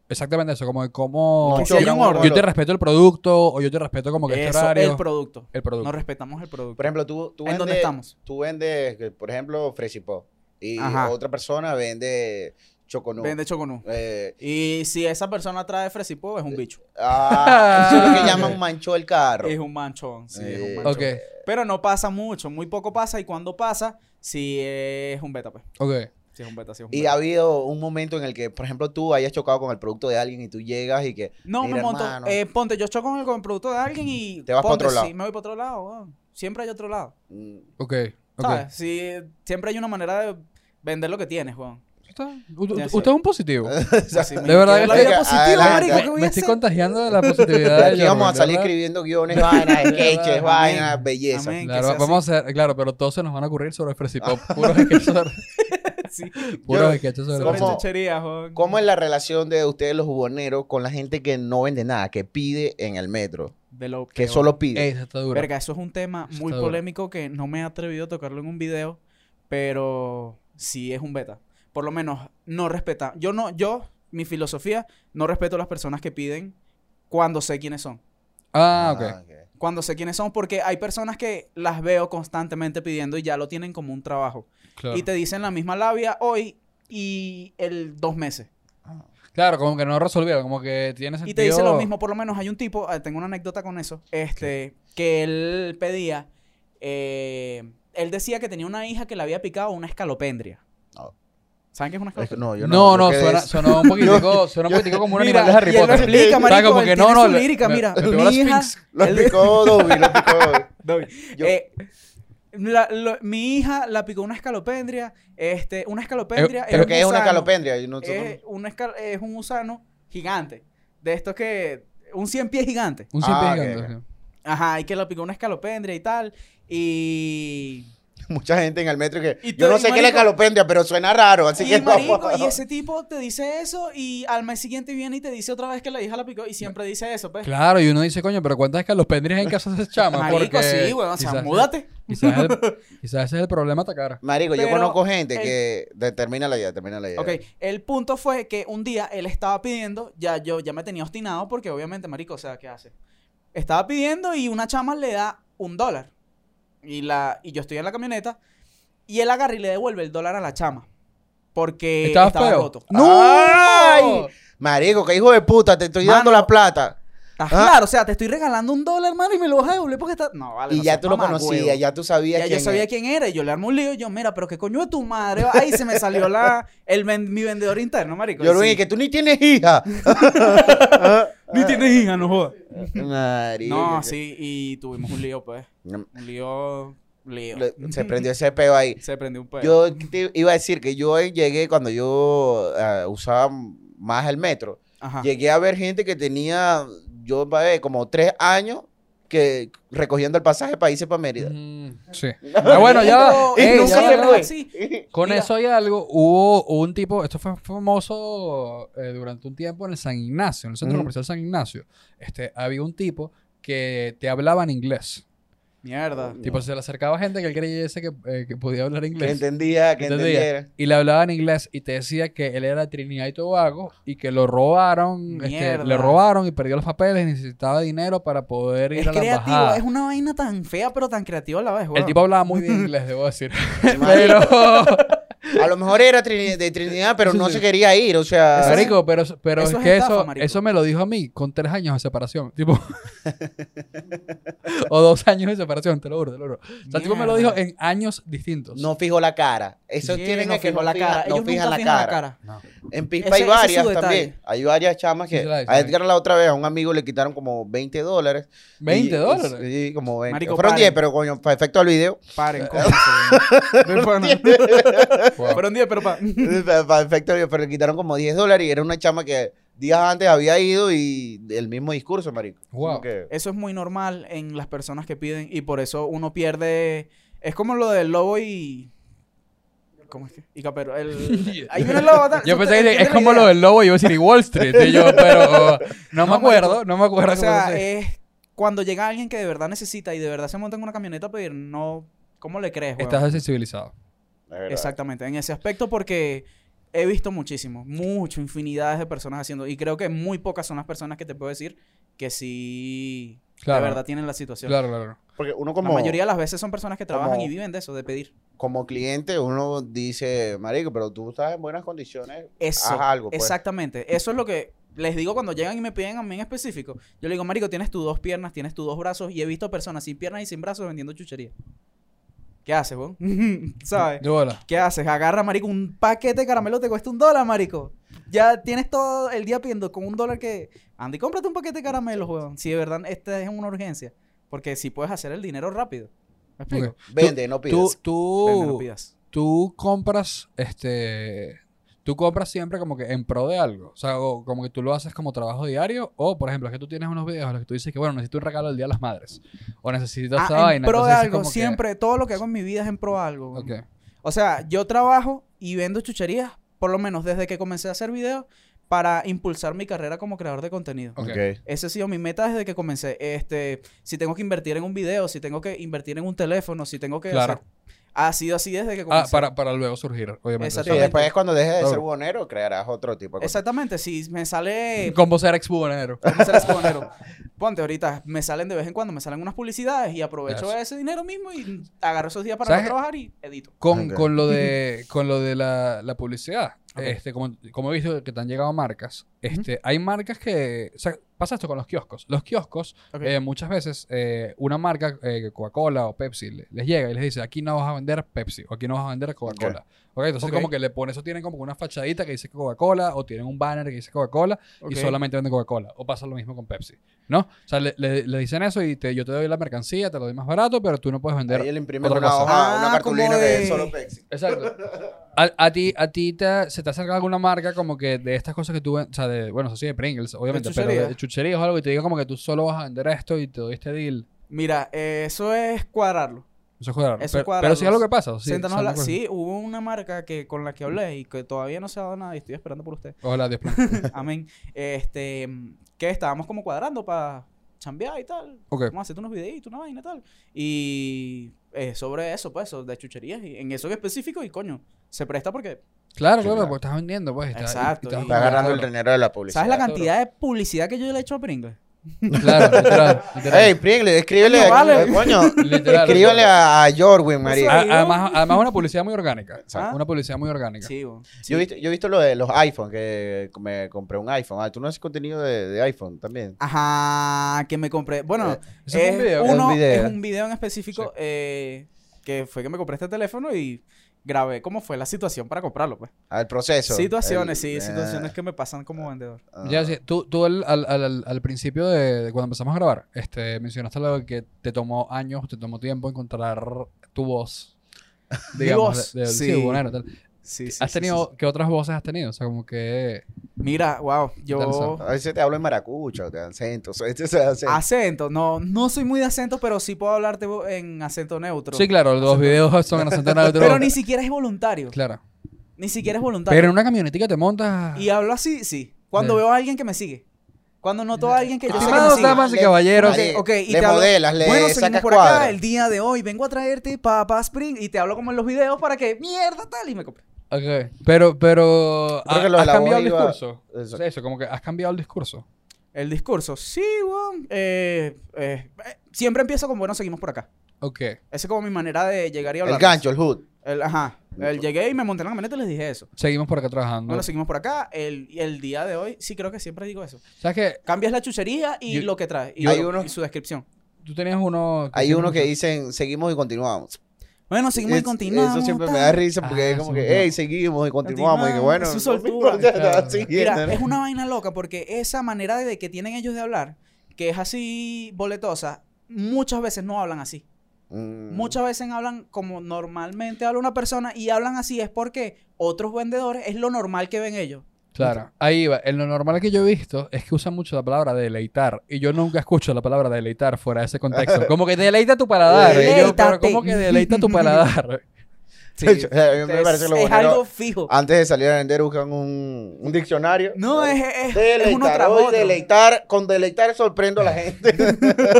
Speaker 2: Exactamente eso, como de cómo...
Speaker 1: No
Speaker 2: yo,
Speaker 1: chocan uno al
Speaker 2: yo te respeto el producto o yo te respeto como que este
Speaker 1: Eso,
Speaker 2: horario.
Speaker 1: el producto.
Speaker 2: El producto.
Speaker 1: Nos respetamos el producto.
Speaker 4: Por ejemplo, tú, tú
Speaker 1: ¿En dónde
Speaker 4: vendes-
Speaker 1: estamos?
Speaker 4: Tú vendes, eh, por ejemplo, Fresh Pop. Y
Speaker 1: Ajá.
Speaker 4: otra persona vende Choconú.
Speaker 1: Vende choconú.
Speaker 4: Eh,
Speaker 1: Y si esa persona trae fresipo, es un bicho.
Speaker 4: ah, eso es lo que llaman manchó el carro.
Speaker 1: Es un manchón, sí, es un
Speaker 4: Eh,
Speaker 1: manchón.
Speaker 2: ok,
Speaker 1: Pero no pasa mucho, muy poco pasa y cuando pasa, si es un beta, pues.
Speaker 2: ok.
Speaker 1: Si es un beta, si es un
Speaker 4: Y
Speaker 1: beta.
Speaker 4: ha habido un momento en el que, por ejemplo, tú hayas chocado con el producto de alguien y tú llegas y que.
Speaker 1: no,
Speaker 4: mira,
Speaker 1: me monto.
Speaker 4: hermano,
Speaker 1: eh, ponte, yo choco con el, con el producto de alguien y.
Speaker 4: Te vas pa'
Speaker 1: ponte,
Speaker 4: otro lado.
Speaker 1: Sí, me voy para otro lado, weón. Siempre hay otro lado.
Speaker 4: mm,
Speaker 2: Ok, ok.
Speaker 1: ¿Sabes? Sí, siempre hay una manera de vender lo que tienes, weón.
Speaker 2: Está- u-
Speaker 1: Ya
Speaker 2: u-
Speaker 1: sé.
Speaker 2: usted es un positivo.
Speaker 1: Así mismo.
Speaker 2: De verdad
Speaker 1: Quiero
Speaker 2: que
Speaker 1: la vida
Speaker 4: sí.
Speaker 1: positiva,
Speaker 4: Adelante.
Speaker 1: marico, ¿qué voy
Speaker 2: Me
Speaker 1: a
Speaker 2: estoy
Speaker 1: hacer?
Speaker 2: congiando de la positividad.
Speaker 4: de
Speaker 2: de
Speaker 4: aquí
Speaker 2: Jordan,
Speaker 4: vamos a salir
Speaker 2: ¿verdad?
Speaker 4: escribiendo guiones, vainas, sketches,
Speaker 1: Amén.
Speaker 4: vainas, belleza.
Speaker 1: Amén. que
Speaker 2: Claro,
Speaker 1: sea
Speaker 2: vamos a hacer, claro, pero todos se nos van a ocurrir sobre Fresh Pop. Puros sketches sobre,
Speaker 1: Sí,
Speaker 2: puros
Speaker 4: Yo-
Speaker 2: sketches sobre
Speaker 1: sobre
Speaker 2: Fresh Pop.
Speaker 1: chucherías, weón.
Speaker 4: ¿Cómo es la relación de ustedes, los jugoneros, con la gente que no vende nada, que pide en el metro?
Speaker 1: De lo
Speaker 4: Que
Speaker 1: peor.
Speaker 4: solo pide.
Speaker 2: Esa está dura.
Speaker 1: Verga, eso es un tema
Speaker 2: Eso
Speaker 1: muy
Speaker 2: está duro.
Speaker 1: polémico que no me he atrevido a tocarlo en un video, pero sí es un beta. Por lo menos no respeta. Yo no, yo, mi filosofía, no respeto a las personas que piden cuando sé quiénes son.
Speaker 2: Ah, ok.
Speaker 4: ok.
Speaker 1: Cuando sé quiénes son, porque hay personas que las veo constantemente pidiendo y ya lo tienen como un trabajo.
Speaker 2: Claro.
Speaker 1: Y te dicen la misma labia hoy y el dos meses.
Speaker 4: Ah.
Speaker 2: Claro, como que no resolvieron, como que tiene sentido.
Speaker 1: Y te dice lo mismo, por lo menos hay un tipo, ah, tengo una anécdota con eso, este, que él pedía, eh, él decía que tenía una hija que le había picado una escalopendria.
Speaker 2: Ah.
Speaker 4: No.
Speaker 1: ¿Saben qué es una
Speaker 4: Es que
Speaker 1: escalopendria?
Speaker 4: no, yo
Speaker 2: No,
Speaker 4: no.
Speaker 2: no,
Speaker 4: yo quedé-
Speaker 2: suena, sonó un poquitico, sonó un poquitico como un animal de Harry
Speaker 1: y él lo
Speaker 2: Potter.
Speaker 1: explica,
Speaker 2: O sea,
Speaker 1: marico,
Speaker 2: como
Speaker 1: él
Speaker 2: que
Speaker 1: tiene
Speaker 2: no, no,
Speaker 1: su
Speaker 2: le-
Speaker 1: lírica,
Speaker 2: le-
Speaker 1: mira,
Speaker 2: le pegó
Speaker 1: mi
Speaker 2: la
Speaker 1: hija,
Speaker 2: Sphinx.
Speaker 4: Lo
Speaker 1: él-
Speaker 4: picó Dobby, lo picó Dobby. Yo-
Speaker 1: eh, la- lo- mi hija la picó una escalopendria, este, una escalopendria
Speaker 2: Eh,
Speaker 1: es
Speaker 4: Pero
Speaker 1: un
Speaker 4: que es una
Speaker 1: gusano,
Speaker 4: calopendria. y nosotros-
Speaker 1: es, un escal- es un gusano gigante, de estos que, un cien pies gigante.
Speaker 2: Un simple
Speaker 4: Ah, ok,
Speaker 2: gigante.
Speaker 4: ok.
Speaker 1: Ajá, y que la picó una escalopendria y tal. Y.
Speaker 4: Mucha gente en el metro que.
Speaker 1: Y
Speaker 4: Yo
Speaker 1: tú-
Speaker 4: no
Speaker 1: y
Speaker 4: sé qué es la
Speaker 1: marico-
Speaker 4: calopendria, pero suena raro, así
Speaker 1: y,
Speaker 4: que no.
Speaker 1: marico, y ese tipo te dice eso, y al mes siguiente viene y te dice otra vez que la hija la picó, y siempre dice eso, pues.
Speaker 2: Claro, y uno dice, coño, pero ¿cuántas escalopendrias en casa se chama?
Speaker 1: Marico,
Speaker 2: Porque
Speaker 1: sí, weón, o sea,
Speaker 2: quizás-
Speaker 1: múdate.
Speaker 2: Quizás, el- quizás ese es el problema atacar.
Speaker 4: Marico, yo
Speaker 1: Pero
Speaker 4: conozco gente
Speaker 1: el-
Speaker 4: que. de- Termina la idea, termina la idea.
Speaker 1: Ok, el punto fue que un día él estaba pidiendo, ya yo ya me tenía obstinado porque obviamente, marico, o sea, ¿qué hace? Estaba pidiendo y una chama le da un dólar. Y, la, y yo estoy en la camioneta y él agarra y le devuelve el dólar a la chama. Porque
Speaker 2: ¿Estabas
Speaker 1: estaba
Speaker 2: feo?
Speaker 1: roto.
Speaker 2: ¡No!
Speaker 4: ¡Ay! Marico, que hijo de puta, te estoy dando
Speaker 1: Mano.
Speaker 4: la plata.
Speaker 1: Estás
Speaker 4: Ah.
Speaker 1: claro, o sea, te estoy regalando un dólar, hermano, y me lo vas a devolver porque está. No, vale.
Speaker 4: Y
Speaker 1: no
Speaker 4: ya
Speaker 1: seas
Speaker 4: tú lo
Speaker 1: mamá, huevo.
Speaker 4: conocías, ya tú sabías
Speaker 1: Ya
Speaker 4: quién
Speaker 1: yo sabía
Speaker 4: es.
Speaker 1: quién era, y yo le armo un lío, y yo, mira, pero qué coño de tu madre. va? Ahí se me salió la, el ven- mi vendedor interno, marico.
Speaker 4: Yo lo
Speaker 1: Y sí.
Speaker 4: dije que tú ni tienes hija. Ah.
Speaker 1: Ni tienes hija, no jodas.
Speaker 4: Marico.
Speaker 1: No, sí, y tuvimos un lío, pues.
Speaker 4: No,
Speaker 1: Un lío Lío.
Speaker 4: le- se prendió ese peo ahí.
Speaker 1: Se prendió un pedo.
Speaker 4: Yo te iba a decir que yo llegué cuando yo ah, usaba más el metro.
Speaker 1: Ajá.
Speaker 4: Llegué a ver gente que tenía, yo pa' ver, como tres años que recogiendo el pasaje para irse para Mérida.
Speaker 2: Mm, sí. Ah, bueno, ya.
Speaker 1: No,
Speaker 4: Y
Speaker 2: ey,
Speaker 4: nunca
Speaker 2: ya
Speaker 4: se
Speaker 2: va.
Speaker 4: fue.
Speaker 1: Sí.
Speaker 2: Con
Speaker 1: Mira.
Speaker 2: eso hay algo. Hubo un tipo, esto fue famoso eh, durante un tiempo en el San Ignacio, en el centro
Speaker 4: Ujú.
Speaker 2: comercial San Ignacio. Este, había un tipo que te hablaba en inglés.
Speaker 1: Mierda.
Speaker 2: Tipo, se le acercaba gente que él creyese que, eh, que podía hablar
Speaker 4: Que
Speaker 2: inglés.
Speaker 4: entendía, que
Speaker 2: Entendía.
Speaker 4: entendiera.
Speaker 2: Y le hablaba en inglés y te decía que él era de Trinidad y Tobago y que lo robaron, este,
Speaker 1: Mierda.
Speaker 2: le robaron y perdió los papeles y necesitaba dinero para poder ir
Speaker 1: Es
Speaker 2: a la
Speaker 1: creativo,
Speaker 2: embajada.
Speaker 1: es una vaina tan fea, pero tan creativa a la vez,
Speaker 2: El
Speaker 1: weón.
Speaker 2: tipo hablaba muy bien inglés, debo decir.
Speaker 4: Marico,
Speaker 2: Pero,
Speaker 4: A lo mejor era Trini- de Trinidad, pero
Speaker 2: Sí,
Speaker 4: no
Speaker 2: sí.
Speaker 4: se quería ir, o sea...
Speaker 2: marico, pero, pero
Speaker 1: eso
Speaker 2: es
Speaker 1: es
Speaker 2: que
Speaker 1: estafa,
Speaker 2: eso,
Speaker 1: marico.
Speaker 2: eso me lo dijo a mí con tres años de separación. Tipo, o dos años de separación, te lo juro, te lo juro. O sea, el tipo me lo dijo
Speaker 1: Mierda.
Speaker 2: en años distintos.
Speaker 4: No fijó la cara. Eso
Speaker 1: Sí,
Speaker 4: tienen
Speaker 1: no
Speaker 4: que que
Speaker 1: fijó
Speaker 4: no
Speaker 1: la
Speaker 4: fija-
Speaker 1: cara.
Speaker 4: no
Speaker 1: Ellos
Speaker 4: fijan
Speaker 1: nunca
Speaker 4: la
Speaker 1: fijan
Speaker 4: cara.
Speaker 2: No.
Speaker 4: En
Speaker 1: Ese-
Speaker 4: Pispa hay
Speaker 1: ese es su
Speaker 4: varias también.
Speaker 1: detalle.
Speaker 4: Hay varias chamas
Speaker 2: Sí,
Speaker 4: que...
Speaker 2: se la hizo,
Speaker 4: A
Speaker 2: sí.
Speaker 4: Edgar la otra vez a un amigo le quitaron como 20 dólares.
Speaker 2: ¿20
Speaker 4: Y-
Speaker 2: dólares?
Speaker 4: Sí, como 20.
Speaker 1: Marico,
Speaker 4: Fueron
Speaker 1: paren.
Speaker 4: 10, pero coño, para efecto al video.
Speaker 1: Paren, cójanse, weón. De pana.
Speaker 2: Wow.
Speaker 1: Fueron 10, pero pa.
Speaker 4: para para efecto al video, pero le quitaron como 10 dólares y era una chama que días antes había ido y el mismo discurso, marico.
Speaker 2: Wow.
Speaker 4: Como que-
Speaker 1: Eso es muy normal en las personas que piden y por eso uno pierde. Es como lo del lobo y. ¿Cómo es que? Y capero. El... Ahí viene el lobo. tal.
Speaker 2: Yo
Speaker 1: Eso
Speaker 2: pensé
Speaker 1: te-
Speaker 2: que
Speaker 1: entiende
Speaker 2: es
Speaker 1: la
Speaker 2: como
Speaker 1: idea.
Speaker 2: lo del lobo, y iba a decir y Wall Street, y yo, pero uh, no, me
Speaker 1: No,
Speaker 2: acuerdo,
Speaker 1: marico.
Speaker 2: no me acuerdo.
Speaker 1: O sea, eh,
Speaker 2: cómo se-
Speaker 1: es cuando llega alguien que de verdad necesita y de verdad se monta en una camioneta a pedir, no. ¿Cómo le crees, weón?
Speaker 2: Estás desensibilizado.
Speaker 4: La verdad.
Speaker 1: Exactamente, en ese aspecto porque he visto muchísimo, mucho, infinidades de personas haciendo y creo que muy pocas son las personas que te puedo decir que sí
Speaker 2: Claro.
Speaker 1: de verdad tienen la situación.
Speaker 2: Claro, claro.
Speaker 4: Porque uno
Speaker 1: La
Speaker 4: como,
Speaker 1: mayoría de las veces son personas que trabajan
Speaker 4: como-
Speaker 1: y viven de eso, de pedir.
Speaker 4: como cliente, uno dice, marico, pero tú estás en buenas condiciones.
Speaker 1: Eso.
Speaker 4: Haz algo, pues.
Speaker 1: Exactamente, eso es lo que les digo cuando llegan y me piden a mí en específico. Yo le digo, Marico, tienes tus dos piernas, tienes tus dos brazos y he visto personas sin piernas y sin brazos vendiendo chuchería. ¿Qué haces, vos? ¿Sabes?
Speaker 2: De bola.
Speaker 1: ¿Qué haces? Agarra, marico, un paquete de caramelo te cuesta un dólar, marico. Ya tienes todo el día pidiendo con un dólar que... Andy, cómprate un paquete de caramelos, weón. Si de verdad esta es una urgencia. Porque si puedes hacer el dinero rápido. ¿Me explico?
Speaker 2: Ok. Uh.
Speaker 4: Vende, no pides.
Speaker 2: Tú,
Speaker 1: Vende, no
Speaker 2: tú,
Speaker 1: pidas.
Speaker 2: tú compras, este, tú compras siempre como que en pro de algo. O sea, o como que tú lo haces como trabajo diario. O, por ejemplo, es que tú tienes unos videos en los que tú dices que, bueno, necesito un regalo el Día de las Madres. O necesito esa
Speaker 1: Ah, en
Speaker 2: vaina.
Speaker 1: pro de
Speaker 2: Entonces dices
Speaker 1: algo.
Speaker 2: como que-
Speaker 1: Siempre, todo lo que hago en mi vida es en pro de algo. weón.
Speaker 2: Ok.
Speaker 1: O sea, yo trabajo y vendo chucherías, por lo menos desde que comencé a hacer videos, para impulsar mi carrera como creador de contenido.
Speaker 2: ok.
Speaker 4: Ok.
Speaker 1: Esa ha sido mi meta desde que comencé. Este, si tengo que invertir en un video, si tengo que invertir en un teléfono, si tengo que
Speaker 2: Claro.
Speaker 1: hacer- ha sido así desde que
Speaker 2: Ah,
Speaker 1: comencé.
Speaker 2: para, para luego surgir, obviamente.
Speaker 4: Sí,
Speaker 1: Exactamente.
Speaker 4: después cuando dejes de
Speaker 2: Claro.
Speaker 4: ser buhonero, crearás otro tipo de cosas.
Speaker 1: Exactamente, si me sale
Speaker 2: Con vos era ex buhonero.
Speaker 1: ¿cómo se les pone, bro? Ponte ahorita, me salen de vez en cuando, me salen unas publicidades y aprovecho
Speaker 2: Eso.
Speaker 1: ese dinero mismo y agarro esos días para
Speaker 2: ¿Sabes?
Speaker 1: no trabajar y edito.
Speaker 2: con,
Speaker 4: Ok.
Speaker 2: con lo de con lo de la, la publicidad
Speaker 1: Ok.
Speaker 2: este como, como he visto que te han llegado marcas este hay marcas que o sea, pasa esto con los kioscos los kioscos
Speaker 1: Ok.
Speaker 2: eh, muchas veces eh, una marca eh, Coca-Cola o Pepsi le- les llega y les dice aquí no vas a vender Pepsi o aquí no vas a vender Coca-Cola Ok, entonces
Speaker 1: Ok.
Speaker 2: como que le ponen eso tienen como una fachadita que dice Coca-Cola o tienen un banner que dice Coca-Cola y
Speaker 1: Ok.
Speaker 2: solamente venden Coca-Cola o pasa lo mismo con Pepsi ¿no? o sea le, le- le dicen eso y te, yo te doy la mercancía te lo doy más barato pero tú no puedes vender
Speaker 4: Ahí él imprime
Speaker 2: otra
Speaker 4: una
Speaker 2: cosa.
Speaker 4: hoja, una
Speaker 1: Ah, como
Speaker 4: cartulina que
Speaker 1: de-
Speaker 4: es solo Pepsi.
Speaker 2: Exacto. A, a ti, a ti te, se te acerca alguna marca como que de estas cosas que tú, ven- o sea, de, bueno, eso sí, de Pringles, obviamente, pero de,
Speaker 1: chucherías.
Speaker 2: de chucherías o algo, y te diga como que tú solo vas a vender esto y te doy este deal.
Speaker 1: Mira, eh, eso es cuadrarlo.
Speaker 2: Eso es cuadrado.
Speaker 1: Eso es
Speaker 2: pero,
Speaker 1: cuadrado.
Speaker 2: pero sí es algo que pasa. Sí,
Speaker 1: Séntanos
Speaker 2: o
Speaker 1: a
Speaker 2: sea,
Speaker 1: la-
Speaker 2: no me
Speaker 1: sí, hubo una marca que con la que hablé y que todavía no se ha dado nada y estoy esperando por usted.
Speaker 2: acuerdo. Ojalá, Dios plan.
Speaker 1: Amén. Este, que estábamos como cuadrando para chambear y tal.
Speaker 2: Ok.
Speaker 1: Vamos a hacerte unos videitos, una vaina y tal. Y eh, sobre eso, pues, eso de chucherías. Y en eso en específico, y coño, se presta porque.
Speaker 2: Claro,
Speaker 4: Sí,
Speaker 2: claro,
Speaker 4: claro.
Speaker 2: porque estás vendiendo, pues. y estás-
Speaker 1: Exacto,
Speaker 2: y estás-
Speaker 1: y-
Speaker 4: Está agarrando el dinero de la publicidad.
Speaker 1: ¿Sabes la
Speaker 2: claro.
Speaker 1: cantidad de publicidad que yo le he hecho a Pringles?
Speaker 2: Claro, literal. literal.
Speaker 4: Ey, Pringle, escríbele, eh,
Speaker 1: Coño, vale.
Speaker 4: coño,
Speaker 2: Literal.
Speaker 4: escríbele a, a Jorwin, marico.
Speaker 2: A- además, además, una publicidad muy orgánica.
Speaker 1: Exacto.
Speaker 2: Una publicidad muy orgánica.
Speaker 1: Sí, weón.
Speaker 4: Ah, Yo he visto, yo he visto lo de los iPhone, que me compré un iPhone. Ah, tú no haces contenido de, de iPhone también.
Speaker 1: Ajá, que me compré. Bueno,
Speaker 2: Eh, Eso fue un video.
Speaker 1: uno-
Speaker 4: Es un video.
Speaker 1: es un video en específico eh, que fue que me compré este teléfono y grabé cómo fue la situación para comprarlo, pues.
Speaker 4: Al Ah, proceso.
Speaker 1: situaciones, sí,
Speaker 4: El-
Speaker 1: situaciones
Speaker 4: eh,
Speaker 1: que me pasan como vendedor.
Speaker 4: ah.
Speaker 2: Ya, sí, tú, tú al, al- al- al principio de, de cuando empezamos a grabar, este, mencionaste algo que te tomó años, te tomó tiempo encontrar tu voz.
Speaker 1: Mi voz,
Speaker 2: de- de-
Speaker 1: sí.
Speaker 2: bueno, tal.
Speaker 1: Sí, sí,
Speaker 2: ¿Has
Speaker 1: sí,
Speaker 2: tenido,
Speaker 1: sí,
Speaker 2: qué otras voces has tenido? O sea, como que...
Speaker 1: sí. Mira, wow,
Speaker 2: tal
Speaker 1: yo
Speaker 2: son?
Speaker 4: A veces te hablo en maracucho, te acento. o sea, este es acento.
Speaker 1: Ah, acento, no no soy muy de acento, pero sí puedo hablarte vo- en acento neutro.
Speaker 2: sí, claro, los videos son en acento neutro.
Speaker 1: Pero ni siquiera es voluntario.
Speaker 2: Claro.
Speaker 1: Ni siquiera es voluntario.
Speaker 2: Pero en una camionetica te montas...
Speaker 1: Y hablo así, sí. Cuando
Speaker 2: Ya.
Speaker 1: veo a alguien que me sigue. Cuando noto a alguien que yo sé que me
Speaker 2: Estimados
Speaker 1: sigue.
Speaker 2: damas y
Speaker 4: Le-
Speaker 2: caballeros...
Speaker 4: le-
Speaker 1: Ok, y
Speaker 4: le
Speaker 1: te hablo-
Speaker 4: modelas, le
Speaker 1: bueno,
Speaker 4: sacas
Speaker 1: seguimos por
Speaker 4: cuadro.
Speaker 1: acá el día de hoy. Vengo a traerte Papa Spring y te hablo como en los videos para que mierda tal y me compre.
Speaker 2: Ok, pero, pero...
Speaker 4: Creo que
Speaker 2: ¿ha-
Speaker 4: lo de
Speaker 2: ¿Has
Speaker 4: la
Speaker 2: cambiado el
Speaker 4: voz iba-
Speaker 2: discurso?
Speaker 4: Eso.
Speaker 2: O sea, eso, como que has cambiado el discurso.
Speaker 1: El discurso, sí, weón. eh, eh, eh, siempre empiezo con bueno, seguimos por acá.
Speaker 2: Ok.
Speaker 1: Esa es como mi manera de llegar y hablar.
Speaker 4: El gancho, el hood.
Speaker 1: El- ajá. El llegué y me monté en la camioneta y les dije eso.
Speaker 2: Seguimos por acá trabajando.
Speaker 1: Bueno, seguimos por acá. El, y el día de hoy, sí creo que siempre digo eso.
Speaker 2: ¿Sabes qué?
Speaker 1: Cambias la chuchería y
Speaker 2: Yo-
Speaker 1: lo que trae. Y,
Speaker 4: hay
Speaker 1: lo-
Speaker 4: uno-
Speaker 1: y su descripción.
Speaker 2: Tú tenías uno...
Speaker 4: Hay uno que
Speaker 2: dice
Speaker 4: dicen, seguimos y continuamos.
Speaker 1: Bueno, seguimos
Speaker 4: Es-
Speaker 1: y continuamos.
Speaker 4: Eso siempre me
Speaker 1: tal.
Speaker 4: da risa porque
Speaker 2: Ah,
Speaker 4: es como
Speaker 2: sí,
Speaker 4: que,
Speaker 2: claro.
Speaker 4: hey, seguimos y continuamos. Y que bueno,
Speaker 1: Continuamos, es su
Speaker 4: no me
Speaker 1: soltura.
Speaker 4: importa,
Speaker 2: Claro.
Speaker 4: sí,
Speaker 1: Mira,
Speaker 4: ¿no?
Speaker 1: es una vaina loca porque esa manera de que tienen ellos de hablar, que es así boletosa, muchas veces no hablan así.
Speaker 4: Mm.
Speaker 1: Muchas veces hablan como normalmente habla una persona y hablan así es porque otros vendedores es lo normal que ven ellos.
Speaker 2: Claro, ahí va. En lo normal que yo he visto es que usan mucho la palabra deleitar. Y yo nunca escucho la palabra deleitar fuera de ese contexto. Como que deleita tu paladar. Y yo, pero
Speaker 1: Deleítate.
Speaker 2: ¿cómo que deleita tu paladar?
Speaker 1: Sí.
Speaker 4: Yo- a mí me
Speaker 1: es,
Speaker 4: parece lo Ah,
Speaker 1: es
Speaker 4: bueno.
Speaker 1: algo fijo.
Speaker 4: Antes de salir a vender, buscan un, un diccionario.
Speaker 1: No, es, es,
Speaker 4: Deleitar,
Speaker 1: es uno tras
Speaker 4: hoy
Speaker 1: otro.
Speaker 4: deleitar, con deleitar sorprendo a la gente.